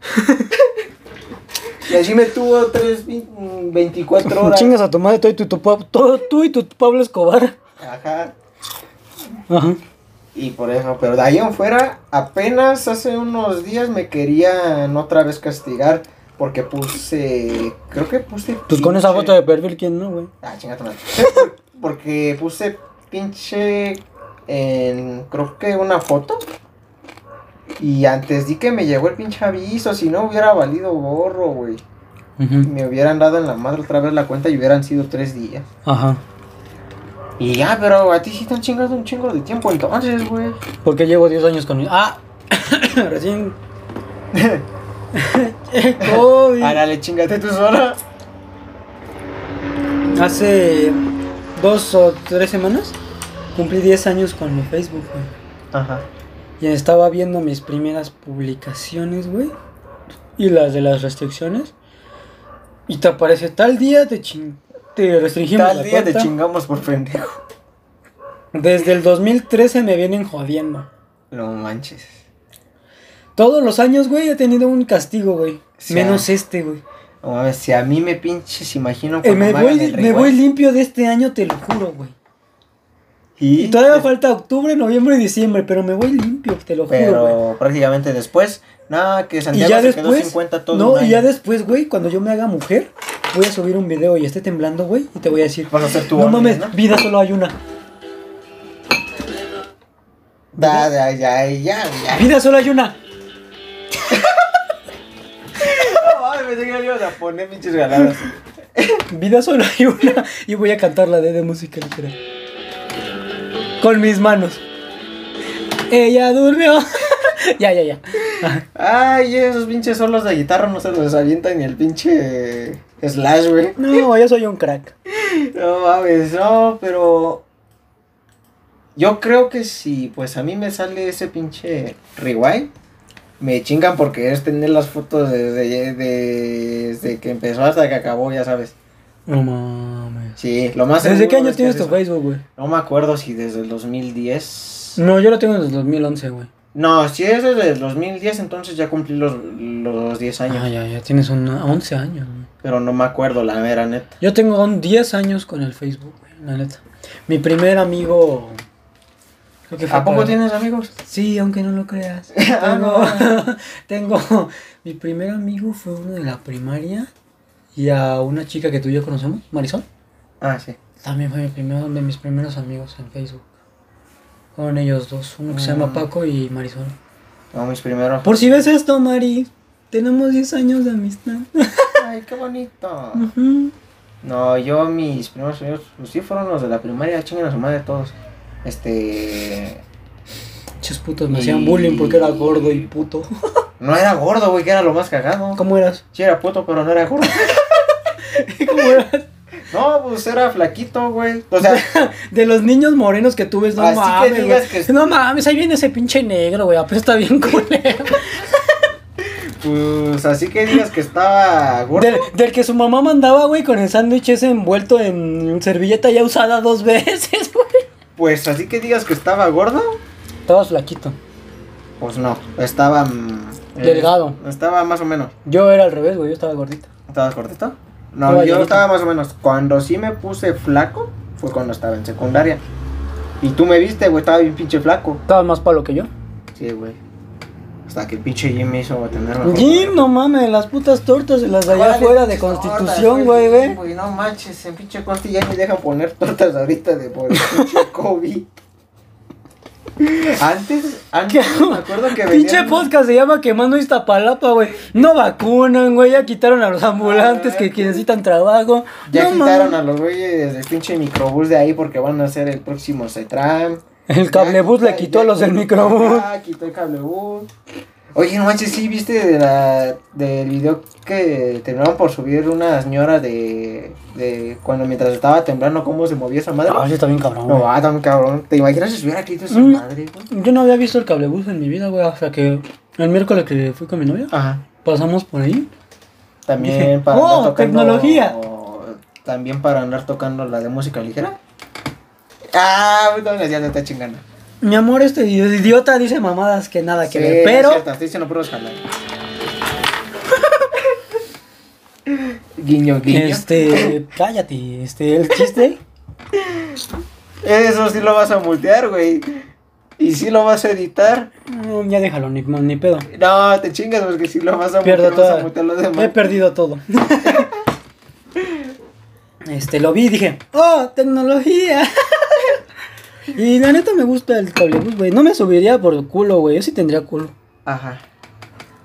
Speaker 3: y así me tuvo tres, vi- mm, 24 horas.
Speaker 2: Chingas a tu madre, tú y tu, tu pa- todo- tú y tu Pablo Escobar.
Speaker 3: Ajá.
Speaker 2: Ajá.
Speaker 3: Y por eso, pero de ahí en fuera, apenas hace unos días me querían otra vez castigar porque puse, creo que puse...
Speaker 2: Pues con esa
Speaker 3: pinche-
Speaker 2: foto de perfil, ¿quién no, güey?
Speaker 3: Ah, chingada madre. Porque puse pinche en creo que una foto. Y antes di que me llegó el pinche aviso, si no hubiera valido gorro, güey. Me hubieran dado en la madre otra vez la cuenta y hubieran sido tres días.
Speaker 2: Ajá.
Speaker 3: Y ya, pero a ti sí te han chingado un chingo de tiempo entonces, güey.
Speaker 2: Porque llevo 10 años con ¡Ah! [COUGHS] Recién. COVID.
Speaker 3: Árale, chingate tú sola.
Speaker 2: Hace dos o tres semanas cumplí 10 años con mi Facebook, güey.
Speaker 3: Ajá.
Speaker 2: Y estaba viendo mis primeras publicaciones, güey. Y las de las restricciones. Y te aparece tal día te chin- te restringimos
Speaker 3: Tal
Speaker 2: la
Speaker 3: día te
Speaker 2: cuenta.
Speaker 3: chingamos por pendejo.
Speaker 2: Desde el 2013 me vienen jodiendo.
Speaker 3: No manches.
Speaker 2: Todos los años, güey, he tenido un castigo, güey.
Speaker 3: Sí,
Speaker 2: Menos este, güey.
Speaker 3: No mames, si a mí me pinches, imagino
Speaker 2: Eh,
Speaker 3: cuando
Speaker 2: me
Speaker 3: me
Speaker 2: voy,
Speaker 3: hagan el
Speaker 2: me voy
Speaker 3: rewind.
Speaker 2: limpio de este año, te lo juro, güey.
Speaker 3: Y,
Speaker 2: Y todavía falta octubre, noviembre y diciembre, pero me voy limpio, te lo juro, güey.
Speaker 3: Pero prácticamente después, nada, que
Speaker 2: Y
Speaker 3: Santiago
Speaker 2: ya
Speaker 3: se quedó
Speaker 2: después,
Speaker 3: sin cuenta todo.
Speaker 2: no,
Speaker 3: un
Speaker 2: y ya
Speaker 3: año.
Speaker 2: después, güey, cuando yo me haga mujer, voy a subir un video y esté temblando, güey, y te voy a decir,
Speaker 3: Vas a hacer tu
Speaker 2: no
Speaker 3: OnlyFans,
Speaker 2: mames,
Speaker 3: ¿no?
Speaker 2: vida solo hay una.
Speaker 3: Da, da, ya, ya,
Speaker 2: [LAUGHS]
Speaker 3: ya.
Speaker 2: Vida solo hay una.
Speaker 3: No mames, pensé que no le ibas a poner pinches galadas.
Speaker 2: Vida solo hay una. Y voy a cantar la D de música literal. Con mis manos. Ella durmió. [LAUGHS] ya, ya, ya.
Speaker 3: Ay, esos pinches solos de guitarra no se los avienta ni el pinche Slash, güey.
Speaker 2: No, yo soy un crack.
Speaker 3: No mames, no, pero. Yo creo que si, pues a mí me sale ese pinche rewind, me chingan porque es tener las fotos desde, desde que empezó hasta que acabó, ya sabes.
Speaker 2: No mames.
Speaker 3: Sí, lo más
Speaker 2: ¿Desde
Speaker 3: seguro
Speaker 2: qué año
Speaker 3: es que
Speaker 2: tienes
Speaker 3: es
Speaker 2: tu
Speaker 3: eso.
Speaker 2: Facebook, Mm. güey?
Speaker 3: No me acuerdo si desde el 2010.
Speaker 2: No, yo lo tengo desde el 2011, güey.
Speaker 3: No, si es desde el 2010, entonces ya cumplí los, los 10 años.
Speaker 2: Ah, ya, ya tienes una- 11 años, güey.
Speaker 3: Pero no me acuerdo, la mera neta.
Speaker 2: Yo tengo un 10 años con el Facebook, güey, la neta. Mi primer amigo. creo que fue
Speaker 3: ¿A poco
Speaker 2: para-
Speaker 3: tienes amigos?
Speaker 2: Sí, aunque no lo creas.
Speaker 3: [LAUGHS] Ah,
Speaker 2: Tengo, [LAUGHS] tengo, mi primer amigo fue uno de la primaria y a una chica que tú y yo conocemos, Marisol.
Speaker 3: Ah, sí.
Speaker 2: También fue mi primero, de mis primeros amigos en Facebook. Con ellos dos, uno que se llama
Speaker 3: Mm.
Speaker 2: Paco y Marisol.
Speaker 3: No, mis primeros.
Speaker 2: Por si ves esto, Mari, tenemos 10 años de amistad.
Speaker 3: Ay, qué bonito.
Speaker 2: Ujú.
Speaker 3: No, yo mis primeros amigos, pues sí fueron los de la primaria, chingan a su madre todos. Este.
Speaker 2: Chis putos, me hacían bullying porque era gordo y
Speaker 3: [LAUGHS]
Speaker 2: puto.
Speaker 3: No era gordo, güey, que era lo más cagado.
Speaker 2: ¿Cómo eras?
Speaker 3: Sí, era puto, pero no
Speaker 2: [LAUGHS]
Speaker 3: era gordo.
Speaker 2: ¿Cómo eras?
Speaker 3: No, pues era flaquito, güey. O sea,
Speaker 2: De los niños morenos que tú ves, no
Speaker 3: Así que
Speaker 2: mames.
Speaker 3: digas
Speaker 2: güey.
Speaker 3: que-
Speaker 2: No mames, ahí viene ese pinche negro, güey. Apesta bien
Speaker 3: [LAUGHS]
Speaker 2: culero.
Speaker 3: pues así que digas que estaba gordo.
Speaker 2: Del, del que su mamá mandaba, güey, con el sándwich ese envuelto en servilleta ya usada dos [LAUGHS] veces, güey.
Speaker 3: Pues así que digas que estaba gordo.
Speaker 2: Estabas flaquito.
Speaker 3: Pues no, estaba. mm, eh,
Speaker 2: Delgado.
Speaker 3: estaba más o menos.
Speaker 2: Yo era al revés, güey. Yo estaba gordito.
Speaker 3: ¿Estabas gordito? No,
Speaker 2: Estaba
Speaker 3: yo
Speaker 2: llenito.
Speaker 3: estaba más o menos. Cuando sí me puse flaco fue cuando estaba en secundaria. Y tú me viste, güey, estaba bien pinche flaco.
Speaker 2: Estabas más palo que yo.
Speaker 3: Sí, güey. Hasta que el pinche Jim me hizo tener
Speaker 2: Jim, no mames, las putas tortas de las de allá afuera de Constitución, güey, güey.
Speaker 3: No manches, en pinche Consti ya me dejan poner tortas ahorita de por el
Speaker 2: [LAUGHS]
Speaker 3: pinche COVID. Antes, antes me acuerdo que
Speaker 2: Pinche
Speaker 3: venían-
Speaker 2: podcast se llama Quemando Iztapalapa, güey. No vacunan, güey. Ya quitaron a los ambulantes que que necesitan trabajo.
Speaker 3: Ya
Speaker 2: No
Speaker 3: quitaron
Speaker 2: mames.
Speaker 3: a los güeyes del pinche microbús de ahí porque van a hacer el próximo CETRAM.
Speaker 2: El cablebus le quitó a los del microbús.
Speaker 3: Ah, quitó el cablebus. Oye, no manches, sí, viste de la, del video que terminaron por subir una señora de, de cuando mientras estaba temblando cómo se movía esa madre.
Speaker 2: Ah, sí, está bien cabrón,
Speaker 3: No,
Speaker 2: güey.
Speaker 3: va, tan cabrón. ¿Te imaginas si hubiera quitado esa
Speaker 2: Mm.
Speaker 3: madre, güey?
Speaker 2: Yo no había visto el cablebus en mi vida, güey. Hasta que el miércoles que fui con mi novia,
Speaker 3: Ajá.
Speaker 2: pasamos por ahí. Dije,
Speaker 3: También para andar
Speaker 2: "Oh,
Speaker 3: tocando.
Speaker 2: tecnología".
Speaker 3: También para andar tocando la de música ligera. Ah, no, ya te está chingando.
Speaker 2: Mi amor, este idiota dice mamadas que nada que
Speaker 3: Sí,
Speaker 2: ver. Pero,
Speaker 3: es cierto, estoy diciendo puros jaladas. [LAUGHS] guiño, guiño.
Speaker 2: este, cállate. Este, el chiste.
Speaker 3: Eso sí lo vas a multear, güey. ¿Y si lo vas a editar?
Speaker 2: No, mm, ya déjalo, ni, ni pedo.
Speaker 3: No, te chingas porque si lo vas a
Speaker 2: Pierdo
Speaker 3: mutear, vas a
Speaker 2: todo.
Speaker 3: mutear los demás.
Speaker 2: He perdido todo. este, lo vi y dije, ¡oh, tecnología! [LAUGHS] y la neta me gusta el cablebus, güey. No me subiría por el culo, güey. Yo sí tendría culo.
Speaker 3: Ajá.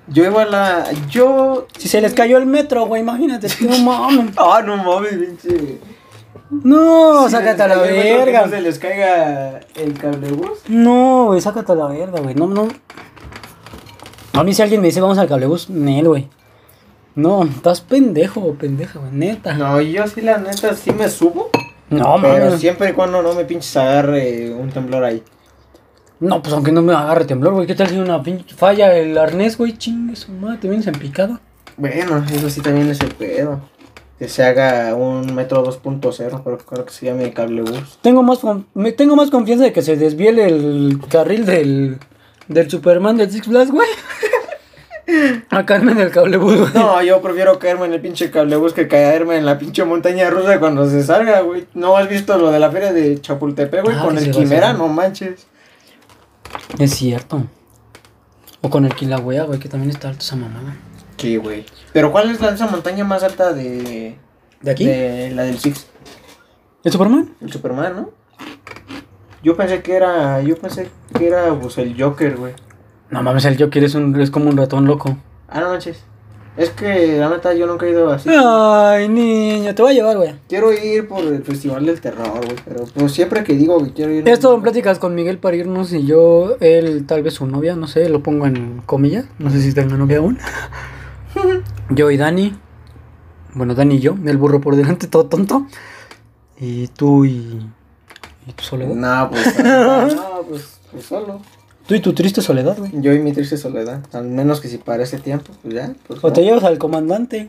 Speaker 3: Yo iba a la. Yo.
Speaker 2: Si se les cayó el metro, güey, imagínate. No mames.
Speaker 3: Ah, no mames, pinche.
Speaker 2: No,
Speaker 3: Sí,
Speaker 2: sácate a la
Speaker 3: yo creo que
Speaker 2: verga.
Speaker 3: No se les caiga el cablebus.
Speaker 2: No, güey, sácate a la verga, güey. No, no. A mí si alguien me dice vamos al cablebus, Nel, güey. No, estás pendejo o pendeja, güey, neta. No,
Speaker 3: No, yo sí, la neta, sí me subo. pero
Speaker 2: mames.
Speaker 3: siempre y cuando no me pinches agarre un temblor ahí.
Speaker 2: No, pues aunque no me agarre temblor, güey. ¿Qué tal si una pinche falla el arnés, güey? Chingue su madre, te vienes en picada.
Speaker 3: Bueno, eso sí también es el pedo. Que se haga un metro 2.0, pero creo que se llame el cablebus.
Speaker 2: Tengo más, con- me- tengo más confianza de que se desvíe el carril del, del Superman del Six Flags, güey. [LAUGHS] A Carmen del cablebus, güey. [LAUGHS]
Speaker 3: No, yo prefiero caerme en el pinche cablebus que caerme en la pinche montaña rusa cuando se salga, güey. ¿No has visto lo de la feria de Chapultepec, güey?
Speaker 2: Ah,
Speaker 3: con
Speaker 2: que
Speaker 3: el
Speaker 2: se va a
Speaker 3: quimera,
Speaker 2: hacer.
Speaker 3: no manches.
Speaker 2: Es cierto. O con el Kilauea, güey, que también está alto esa mamada.
Speaker 3: Sí, güey. Pero ¿cuál es la esa montaña más alta de...
Speaker 2: ¿De aquí?
Speaker 3: de la del Six.
Speaker 2: ¿El Superman?
Speaker 3: El Superman, ¿no? Yo pensé que era... Yo pensé que era, pues, el Joker, güey.
Speaker 2: No mames, el Joker es, un, es como un ratón loco.
Speaker 3: Ah, no manches. Es que, la neta, yo nunca he ido así.
Speaker 2: Ay, niño, te voy a llevar, güey.
Speaker 3: Quiero ir por el Festival del Terror, güey, pero pues siempre que digo que quiero ir...
Speaker 2: Esto en pláticas con Miguel para irnos y yo, él, tal vez su novia, no sé, lo pongo en comillas, no sé si tenga novia aún. [LAUGHS] Yo y Dani, bueno, Dani y yo, el burro por delante, todo tonto. Y tú y, y tu soledad.
Speaker 3: No, pues... no, pues, pues solo.
Speaker 2: Tú y tu triste soledad, güey.
Speaker 3: Yo y mi triste soledad. Al menos que si para ese tiempo, pues ya. Pues,
Speaker 2: O
Speaker 3: no.
Speaker 2: te llevas al comandante.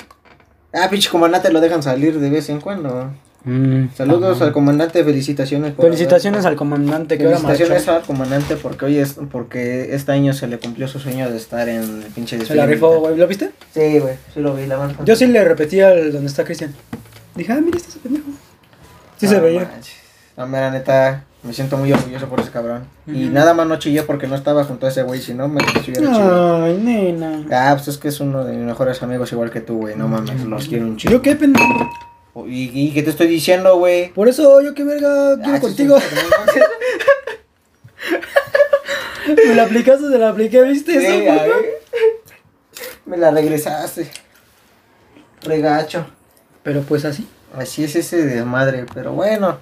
Speaker 3: Ah, pinche comandante, lo dejan salir de vez en cuando.
Speaker 2: Mm,
Speaker 3: Saludos
Speaker 2: ajá.
Speaker 3: al comandante, felicitaciones. por
Speaker 2: Felicitaciones al comandante,
Speaker 3: haber-
Speaker 2: que ahora
Speaker 3: Felicitaciones
Speaker 2: marchó.
Speaker 3: al comandante porque hoy es... Porque este año se le cumplió su sueño de estar en el pinche
Speaker 2: Se la
Speaker 3: desfile
Speaker 2: rifó,
Speaker 3: militar.
Speaker 2: güey, ¿lo viste?
Speaker 3: Sí, güey, sí lo vi, la verdad.
Speaker 2: Yo sí le repetí al donde está Cristian. Dije, ah, mira, este es pendejo. Sí se
Speaker 3: No
Speaker 2: veía.
Speaker 3: manches. No, mira, neta, me siento muy orgulloso por ese cabrón. Y nada más no chillé porque no estaba junto a ese güey, si no me hubiera chillado.
Speaker 2: Ay, nena.
Speaker 3: Ah, pues es que es uno de mis mejores amigos igual que tú, güey. No mames, los quiero un chingo.
Speaker 2: Yo qué pendejo.
Speaker 3: ¿Y, y qué te estoy diciendo, güey?
Speaker 2: Por eso yo qué verga quiero
Speaker 3: Ah,
Speaker 2: contigo.
Speaker 3: sí, sí,
Speaker 2: [LAUGHS] Me la aplicaste, te la apliqué, ¿viste
Speaker 3: sí,
Speaker 2: eso?
Speaker 3: sí, a ver. Me la regresaste. Regacho.
Speaker 2: Pero pues así.
Speaker 3: Así es ese desmadre, pero bueno. A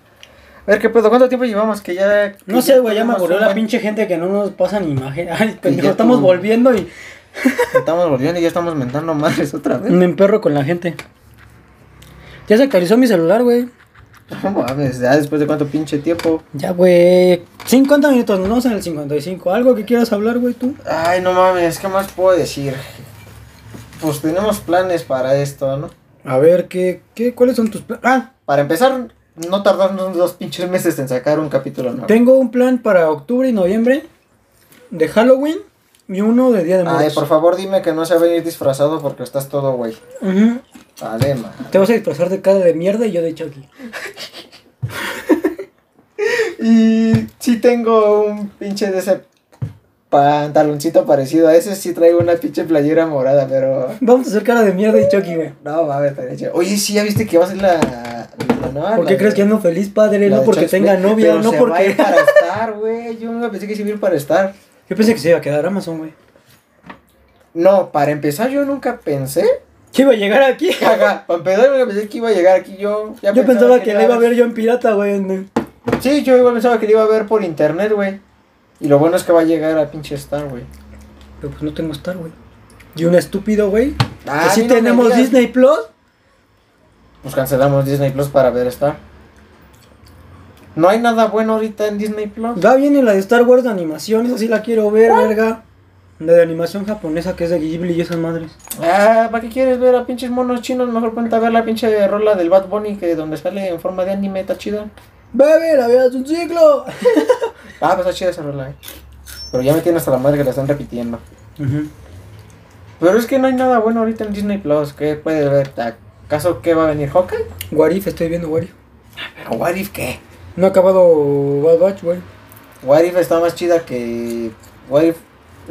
Speaker 3: ver, ¿qué pedo? ¿Cuánto tiempo llevamos? Que ya... que
Speaker 2: No sé, güey, ya me
Speaker 3: tenemos
Speaker 2: aburrió
Speaker 3: un
Speaker 2: la
Speaker 3: buen-
Speaker 2: pinche gente que no nos pasa ni imagen. Ay, pendejo,
Speaker 3: ya
Speaker 2: estamos
Speaker 3: tú-
Speaker 2: volviendo y
Speaker 3: Estamos volviendo y ya estamos mentando madres otra
Speaker 2: [LAUGHS]
Speaker 3: vez.
Speaker 2: me emperro con la gente. Ya se actualizó mi celular, güey.
Speaker 3: No mames, ya después de cuánto pinche tiempo.
Speaker 2: Ya, güey. 50 minutos, no vamos en el 55. ¿Algo que quieras hablar, güey, tú?
Speaker 3: Ay, no mames, ¿qué más puedo decir? Pues tenemos planes para esto, ¿no?
Speaker 2: A ver, ¿qué, qué, ¿cuáles son tus planes? Ah,
Speaker 3: Para empezar, no tardarnos dos pinches meses en sacar un capítulo nuevo.
Speaker 2: tengo un plan para octubre y noviembre de Halloween y uno de Día de
Speaker 3: Ay,
Speaker 2: Muertos.
Speaker 3: por favor dime que no se va a venir disfrazado porque estás todo güey.
Speaker 2: Ujú.
Speaker 3: Vale, ma.
Speaker 2: Te vas a disfrazar de cara de mierda y yo de Chucky.
Speaker 3: Y sí tengo un pinche de ese pantaloncito parecido a ese, sí traigo una pinche playera morada, pero...
Speaker 2: Vamos a hacer cara de mierda y Chucky, güey.
Speaker 3: No, mames, estaría chido. Oye, sí, ya viste que va a ser la... la nueva,
Speaker 2: ¿Por qué
Speaker 3: Ah, la
Speaker 2: crees
Speaker 3: de-
Speaker 2: que ando feliz, padre?
Speaker 3: La
Speaker 2: No
Speaker 3: de
Speaker 2: porque
Speaker 3: Charles
Speaker 2: tenga
Speaker 3: Play,
Speaker 2: novia,
Speaker 3: pero
Speaker 2: no
Speaker 3: se va a ir
Speaker 2: porque.
Speaker 3: para estar, güey. Yo nunca pensé que se iba a ir para estar.
Speaker 2: [LAUGHS] Yo pensé que se iba a quedar Amazon, güey.
Speaker 3: No, para empezar, yo nunca pensé.
Speaker 2: Que iba a llegar aquí.
Speaker 3: Ajá, para empezar, yo nunca pensé que iba a llegar aquí. Yo, ya
Speaker 2: yo pensaba que, la
Speaker 3: le
Speaker 2: iba a ver yo en pirata, güey. en-
Speaker 3: Sí, yo igual pensaba que le iba a ver por internet, güey. Y lo bueno es que va a llegar a pinche Star, güey.
Speaker 2: Pero pues no tengo Star, güey. Y un estúpido, güey.
Speaker 3: Ah,
Speaker 2: que sí
Speaker 3: a mí no me
Speaker 2: tenemos
Speaker 3: digas.
Speaker 2: Disney Plus.
Speaker 3: Pues cancelamos Disney Plus para ver Star. No hay nada bueno ahorita en Disney Plus.
Speaker 2: Va bien en la de Star Wars de animación, esa sí la quiero ver, verga. La de animación japonesa que es de Ghibli y esas madres.
Speaker 3: Ah, ¿para qué quieres ver a pinches monos chinos? Mejor ponte a ver la pinche rola del Bad Bunny que donde sale en forma de anime, está chida.
Speaker 2: ¡Bebe, la vida es un ciclo!
Speaker 3: Ah, pues está chida esa rola, eh. Pero ya me tiene hasta la madre que la están repitiendo.
Speaker 2: Ujú.
Speaker 3: Pero es que no hay nada bueno ahorita en Disney Plus. ¿Qué puedes ver? ¿Acaso qué va a venir? ¿Hawkeye?
Speaker 2: What if, estoy viendo What if.
Speaker 3: Pero what if qué?
Speaker 2: No ha acabado Bad Batch, güey.
Speaker 3: What If está más chida que. What If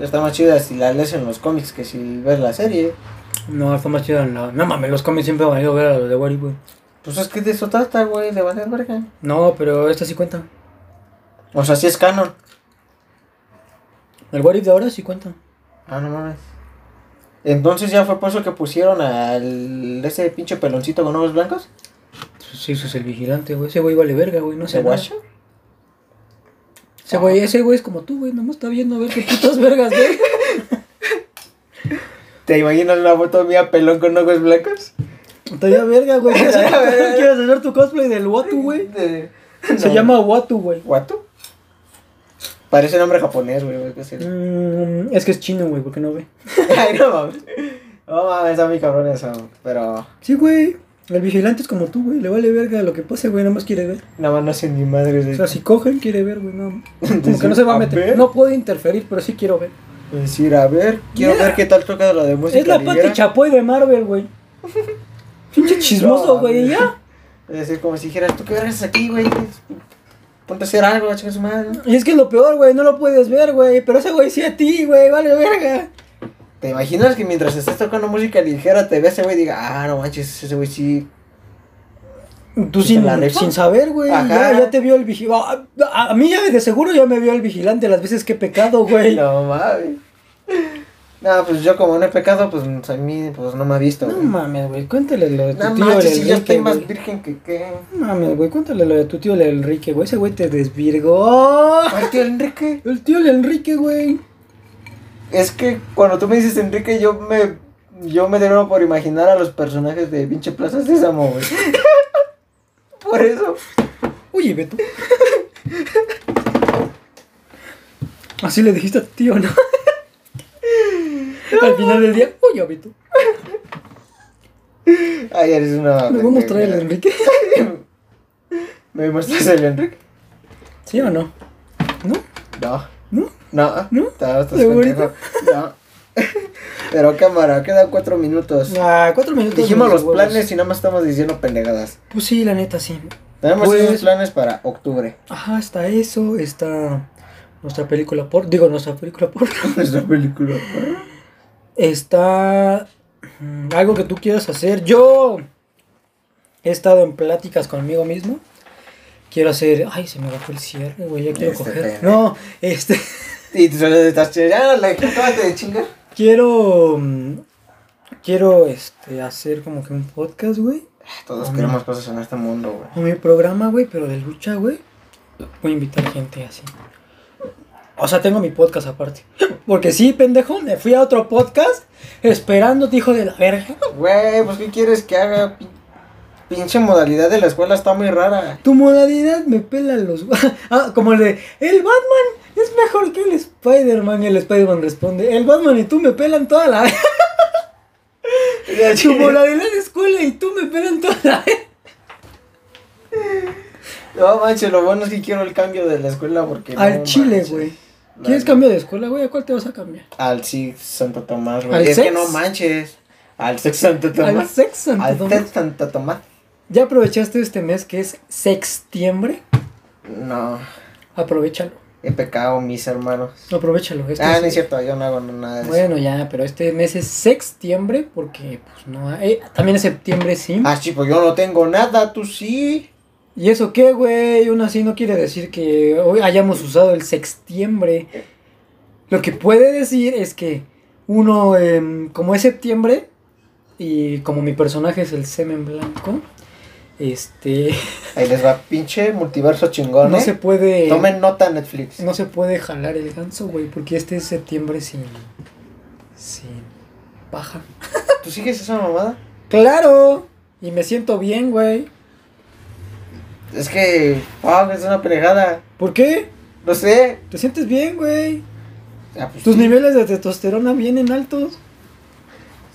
Speaker 3: está más chida si la lees en los cómics que si ves la serie.
Speaker 2: No, está más chido. No, no mames, los cómics siempre van a ir a ver a los de Wari, güey.
Speaker 3: Pues es que de eso trata, güey, de valer verga.
Speaker 2: No, pero esta sí cuenta.
Speaker 3: O sea, sí es canon.
Speaker 2: El Wari de ahora sí cuenta.
Speaker 3: Ah, no mames. Entonces ya fue por eso que pusieron al ese pinche peloncito con ojos blancos.
Speaker 2: Sí, eso es el vigilante, güey. Ese güey vale verga, güey. No
Speaker 3: ¿Se
Speaker 2: sé. nada.
Speaker 3: guacha?
Speaker 2: Ese güey, ese güey es como tú, güey. Nomás está viendo a ver qué putas vergas, güey.
Speaker 3: ¿Te imaginas una foto mía pelón con ojos blancos?
Speaker 2: [LAUGHS] Estaría verga, güey. ¿Quieres hacer tu cosplay del Watu, güey?
Speaker 3: De-
Speaker 2: Se
Speaker 3: No.
Speaker 2: llama Watu, güey.
Speaker 3: ¿Watu? Parece nombre japonés, güey. güey,
Speaker 2: [LAUGHS]
Speaker 3: que se-
Speaker 2: Mm, es que es chino, güey, porque no ve.
Speaker 3: Ay, no mames. No mames, está muy cabrón eso. Pero
Speaker 2: Sí, güey. El vigilante es como tú, güey. Le vale verga lo que pase, güey. Nada más quiere ver.
Speaker 3: nada más no sé ni madre.
Speaker 2: O
Speaker 3: De...
Speaker 2: sea, si cogen, quiere ver, güey. [LAUGHS] No. Como que
Speaker 3: decir,
Speaker 2: no se va a
Speaker 3: ver,
Speaker 2: meter. No puedo interferir, pero sí quiero ver.
Speaker 3: Decir, a ver, quiero
Speaker 2: Mira.
Speaker 3: ver qué tal toca la de música.
Speaker 2: Es la
Speaker 3: ligera.
Speaker 2: Pati Chapoy de Marvel, [LAUGHS] güey. Pinche chismoso,
Speaker 3: No,
Speaker 2: güey.
Speaker 3: güey.
Speaker 2: ya.
Speaker 3: Es decir, como si dijeras, ¿tú qué vergas aquí, güey? Ponte a hacer algo, chica su madre.
Speaker 2: Y es que es lo peor, güey. No lo puedes ver, güey. Pero ese güey sí a ti, güey. Vale verga.
Speaker 3: ¿Te imaginas que mientras estás tocando música ligera te ve ese güey y diga, ah, no manches, ese güey sí.
Speaker 2: Tú
Speaker 3: ¿Y
Speaker 2: sin,
Speaker 3: te la rifó?
Speaker 2: sin saber, güey. Ya,
Speaker 3: Ajá.
Speaker 2: ya te vio el vigilante. A, a mí ya de seguro ya me vio el vigilante las veces que he pecado, güey. No,
Speaker 3: No mames. No, pues yo como no he pecado, pues a mí pues no me ha visto. güey. No,
Speaker 2: mames, güey. Cuéntale lo de tu tío.
Speaker 3: manches,
Speaker 2: el
Speaker 3: si yo
Speaker 2: Enrique,
Speaker 3: estoy más
Speaker 2: güey.
Speaker 3: virgen que qué.
Speaker 2: No mames, güey. Cuéntale lo de tu tío el Enrique, güey. Ese güey te desvirgó.
Speaker 3: ¿Cuál tío Enrique?
Speaker 2: El tío el Enrique, güey.
Speaker 3: Es que cuando tú me dices Enrique, yo me. Yo me debo por imaginar a los personajes de pinche Plaza Sésamo, güey. [LAUGHS] por eso.
Speaker 2: Oye, Beto. Así le dijiste a tu tío, ¿no? Al final del día, oye, Beto.
Speaker 3: Ay, eres una.
Speaker 2: Me voy a mostrar el Enrique.
Speaker 3: ¿Me muestras el Enrique?
Speaker 2: ¿Sí o no? ¿No?
Speaker 3: No.
Speaker 2: ¿No?
Speaker 3: No,
Speaker 2: ¿No?
Speaker 3: Estás, estás
Speaker 2: ¿Segurito?
Speaker 3: pendejo. No. [LAUGHS] Pero cámara, quedan cuatro minutos.
Speaker 2: Ah, cuatro minutos.
Speaker 3: Dijimos
Speaker 2: de
Speaker 3: los
Speaker 2: huevos.
Speaker 3: planes y nada más estamos diciendo pendejadas.
Speaker 2: Pues sí, la neta, sí.
Speaker 3: Tenemos
Speaker 2: Pues-
Speaker 3: esos planes para
Speaker 2: [LAUGHS]
Speaker 3: octubre.
Speaker 2: Ajá, está eso, está nuestra película por... Digo, nuestra película por...
Speaker 3: Nuestra película.
Speaker 2: Está mm, algo que tú quieras hacer. Yo he estado en pláticas conmigo mismo. Quiero hacer... Ay, se me bajó el cierre, güey, ya quiero
Speaker 3: Este
Speaker 2: coger.
Speaker 3: pendejo.
Speaker 2: No, este... [LAUGHS]
Speaker 3: Y tú solo estás chillando, la acabate de chingar.
Speaker 2: quiero... mm, Quiero este, hacer como que un podcast, güey.
Speaker 3: Todos queremos cosas en este mundo, güey.
Speaker 2: O mi programa, güey, pero de lucha, güey. Voy a invitar gente así. O sea, tengo mi podcast aparte. [LAUGHS] Porque sí, pendejo, me fui a otro podcast esperándote, hijo de la verga.
Speaker 3: Güey, pues ¿qué quieres que haga? Pin- Pinche modalidad de la escuela está muy rara.
Speaker 2: [LAUGHS] Tu modalidad me pela los... [LAUGHS] ah, como el de... El Batman es mejor que el Spider-Man. Y el Spider-Man responde... El Batman y tú me pelan toda la... [LAUGHS] verga". tu modalidad de escuela y tú me pelan toda la... [LAUGHS] verga".
Speaker 3: [LAUGHS] No manches, lo bueno es que quiero el cambio de la escuela porque.
Speaker 2: Al
Speaker 3: no
Speaker 2: chile,
Speaker 3: manches.
Speaker 2: güey.
Speaker 3: La
Speaker 2: ¿Quieres
Speaker 3: neta.
Speaker 2: cambio de escuela, güey? ¿A cuál te vas a cambiar?
Speaker 3: Al sí Santo Tomás,
Speaker 2: ¿Al
Speaker 3: güey. Es
Speaker 2: sex?
Speaker 3: que no manches. Al sex Santo
Speaker 2: Al
Speaker 3: Tomás.
Speaker 2: sexo,
Speaker 3: Al
Speaker 2: entonces.
Speaker 3: sex Santo Tomás.
Speaker 2: ¿Ya aprovechaste este mes que es sextiembre?
Speaker 3: No,
Speaker 2: Aprovechalo,
Speaker 3: he pecado, mis hermanos.
Speaker 2: aprovechalo. este
Speaker 3: Ah,
Speaker 2: es-
Speaker 3: no es cierto, yo no hago nada de eso.
Speaker 2: Bueno, ya, pero este mes es sextiembre porque, pues, no hay... eh, También es septiembre, sí.
Speaker 3: Ah, sí, pues yo no tengo nada, tú sí.
Speaker 2: ¿Y eso qué, güey? Aún así no quiere decir que hoy hayamos usado el sextiembre. Lo que puede decir es que uno, em, como es septiembre, y como mi personaje es el semen blanco, este...
Speaker 3: Ahí les va, pinche multiverso chingón,
Speaker 2: No
Speaker 3: ¿eh?
Speaker 2: se puede...
Speaker 3: Tomen nota, Netflix.
Speaker 2: No se puede jalar el ganso, güey, porque este es septiembre sin. sin. paja.
Speaker 3: ¿Tú sigues esa mamada?
Speaker 2: ¡Claro! Y me siento bien, güey.
Speaker 3: Es que, wow, es una plegada.
Speaker 2: ¿Por qué?
Speaker 3: No sé.
Speaker 2: ¿Te sientes bien, güey?
Speaker 3: Ah, pues
Speaker 2: Tus
Speaker 3: sí.
Speaker 2: niveles de testosterona vienen altos.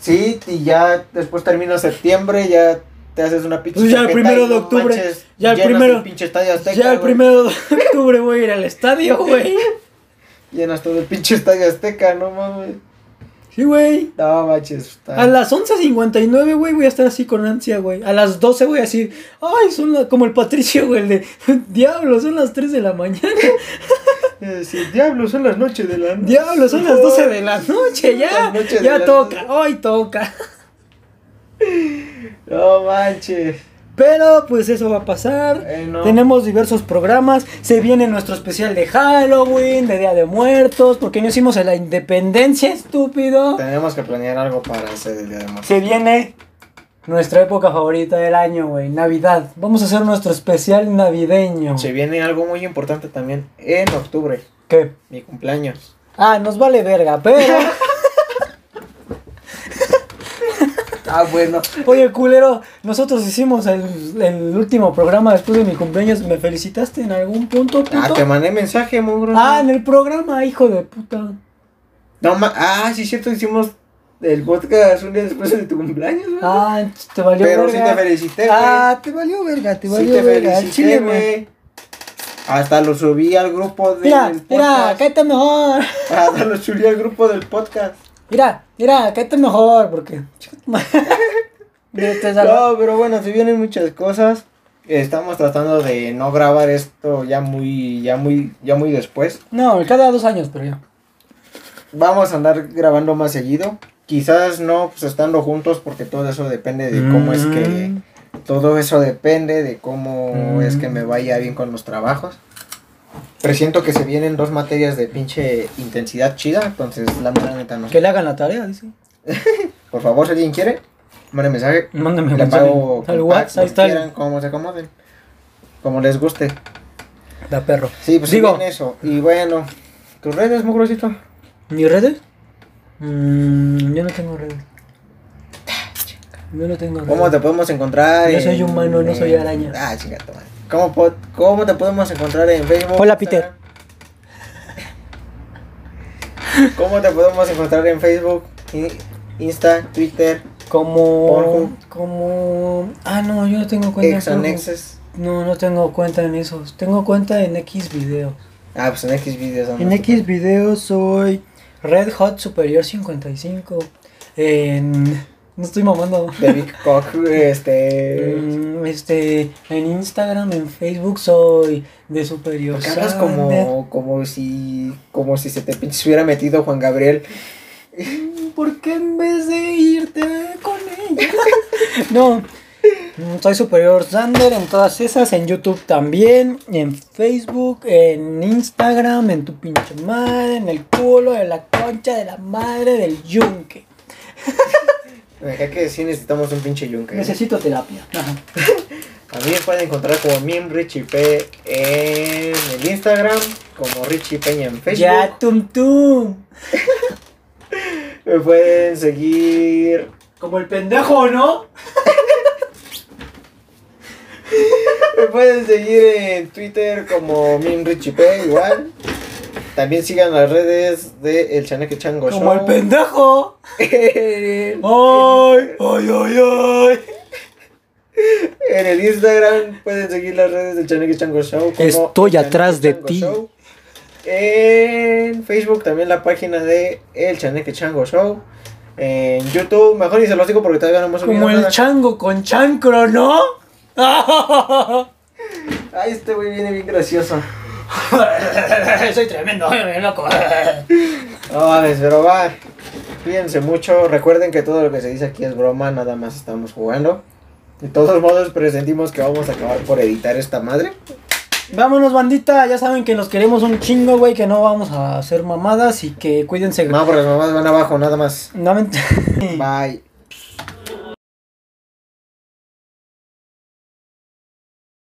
Speaker 3: Sí, y ya después termina septiembre, ya te haces una pinche.
Speaker 2: Pues ya el
Speaker 3: chaqueta
Speaker 2: primero
Speaker 3: y
Speaker 2: de
Speaker 3: no
Speaker 2: octubre,
Speaker 3: manches,
Speaker 2: ya el
Speaker 3: llenas
Speaker 2: primero-
Speaker 3: pinche estadio Azteca,
Speaker 2: ya el
Speaker 3: güey.
Speaker 2: primero de octubre voy a ir al estadio, güey.
Speaker 3: Llenas todo el pinche estadio Azteca, no mames.
Speaker 2: Sí, güey.
Speaker 3: No manches. está-
Speaker 2: A las 11.59, güey, voy a estar así con ansia, güey. A las 12 voy a decir, [LAUGHS] ay, son la- como el Patricio, güey, el de, diablo, son las 3 de la mañana. [LAUGHS]
Speaker 3: Eh, sí, diablo, son las noches de la
Speaker 2: Diablo, son las 12 de la noche, ya.
Speaker 3: Las noches de
Speaker 2: ya
Speaker 3: la
Speaker 2: toca, hoy toca.
Speaker 3: No manches.
Speaker 2: Pero pues eso va a pasar.
Speaker 3: Eh, no.
Speaker 2: Tenemos diversos programas. Se viene nuestro especial de Halloween, de Día de Muertos, porque no hicimos en la independencia, estúpido.
Speaker 3: Tenemos que planear algo para ese día de muertos.
Speaker 2: Se viene nuestra época favorita del año, güey, Navidad. Vamos a hacer nuestro especial navideño.
Speaker 3: Se viene algo muy importante también en octubre,
Speaker 2: ¿Qué?
Speaker 3: mi cumpleaños.
Speaker 2: Ah, nos vale verga,
Speaker 3: [LAUGHS]
Speaker 2: pero.
Speaker 3: Ah, bueno.
Speaker 2: Oye, culero, nosotros hicimos el, el último programa después de mi cumpleaños. ¿Me felicitaste en algún punto, puto?
Speaker 3: Ah, te mandé mensaje, mugro.
Speaker 2: Ah, en el programa, hijo de puta.
Speaker 3: No ma- ah, sí, cierto, hicimos el podcast un día después de tu cumpleaños, güey.
Speaker 2: Ah, te valió
Speaker 3: Pero sí
Speaker 2: verga.
Speaker 3: te felicité, güey.
Speaker 2: Ah, te valió verga, te
Speaker 3: Sí
Speaker 2: valió
Speaker 3: te
Speaker 2: verga. Al
Speaker 3: felicité,
Speaker 2: chile, güey.
Speaker 3: güey. Hasta lo subí al grupo del
Speaker 2: Mira, mira,
Speaker 3: podcast.
Speaker 2: cállate mejor.
Speaker 3: [LAUGHS] Hasta lo subí al grupo del podcast.
Speaker 2: Mira, mira, cállate mejor,
Speaker 3: [LAUGHS]
Speaker 2: porque. Mira, te salva-
Speaker 3: No, pero bueno, si vienen muchas cosas. Estamos tratando de no grabar esto ya muy, ya muy, ya muy después.
Speaker 2: No, cada dos años, pero ya.
Speaker 3: Vamos a andar grabando más seguido. Quizás no pues, estando juntos porque todo eso depende de Eh, cómo es que...
Speaker 2: Mm.
Speaker 3: Todo eso depende de cómo
Speaker 2: Mm.
Speaker 3: es que me vaya bien con los trabajos. Presiento que se vienen dos materias de pinche intensidad chida, entonces la mera neta no.
Speaker 2: Que le hagan la tarea, dice.
Speaker 3: Por favor, si alguien quiere, mande mensaje.
Speaker 2: Mándame
Speaker 3: Le
Speaker 2: mensaje
Speaker 3: pago
Speaker 2: al
Speaker 3: con
Speaker 2: WhatsApp. Ahí
Speaker 3: Pax, lo que
Speaker 2: está
Speaker 3: quieran,
Speaker 2: el
Speaker 3: como se acomoden. Como les guste.
Speaker 2: da perro.
Speaker 3: Sí, pues
Speaker 2: Digo,
Speaker 3: Digo, eso. Y bueno, tus redes, muy grosito.
Speaker 2: ¿Mis redes? Mm, yo no tengo redes. Yo no tengo redes.
Speaker 3: ¿Cómo te podemos encontrar?
Speaker 2: Yo soy humano, no soy araña.
Speaker 3: Ah, chingada, madre. ¿Cómo, po- ¿Cómo te podemos encontrar en Facebook?
Speaker 2: Hola, Peter.
Speaker 3: Instagram? [LAUGHS] ¿Cómo te podemos encontrar en Facebook, In- Insta, Twitter,
Speaker 2: Como.
Speaker 3: Pornhub.
Speaker 2: Como. Ah, no, yo no tengo cuenta en Pornhub.
Speaker 3: Exanexes?
Speaker 2: No, no tengo cuenta en esos. Tengo cuenta en X videos.
Speaker 3: Ah, pues en X videos.
Speaker 2: En X videos soy Red Hot Superior 55. En. No estoy mamando.
Speaker 3: De Big
Speaker 2: [LAUGHS]
Speaker 3: Cock, este...
Speaker 2: Mm, Este, en Instagram, en Facebook soy de superior.
Speaker 3: Porque hablas
Speaker 2: Sander.
Speaker 3: como, como si como si se te pinche hubiera metido Juan Gabriel.
Speaker 2: ¿Por qué en vez de irte con ella? [LAUGHS] no. Mm, Soy superior Sander en todas esas, en YouTube también, en Facebook, en Instagram, en tu pinche madre, en el culo, de la concha, de la madre, del yunque.
Speaker 3: Acá que sí necesitamos un pinche yunque.
Speaker 2: Necesito terapia.
Speaker 3: A mí me pueden encontrar como Mim Richie P en el Instagram, como Richie Peña en Facebook.
Speaker 2: Ya, tum tum.
Speaker 3: Me pueden seguir.
Speaker 2: Como el pendejo, ¿no?
Speaker 3: Me pueden seguir en Twitter como MimRichieP igual. También sigan las redes de El Chaneque Chango
Speaker 2: Como el ¡Oh!
Speaker 3: Show.
Speaker 2: pendejo.
Speaker 3: [LAUGHS] en,
Speaker 2: ¡Ay! ¡Ay, ay, ay!
Speaker 3: en el Instagram pueden seguir las redes del Chaneque Chango Show. como
Speaker 2: Estoy
Speaker 3: El Chaneque
Speaker 2: atrás de
Speaker 3: Chango
Speaker 2: ti.
Speaker 3: Show. En Facebook también la página de El Chaneque Chango Show. En YouTube, mejor ni se los digo porque todavía no hemos subido
Speaker 2: Como el
Speaker 3: nada.
Speaker 2: chango con chancro, ¿no? [LAUGHS]
Speaker 3: Ay, este güey viene bien gracioso.
Speaker 2: [LAUGHS] Soy tremendo, loco.
Speaker 3: No mames, pero va. Cuídense mucho. Recuerden que todo lo que se dice aquí es broma, nada más estamos jugando. De todos modos, presentimos que vamos a acabar por editar esta madre.
Speaker 2: [LAUGHS] Vámonos, bandita. Ya saben que nos queremos un chingo, güey. Que no vamos a hacer mamadas y que cuídense.
Speaker 3: No, porque las mamás van abajo, nada más.
Speaker 2: No, ment-
Speaker 3: Bye.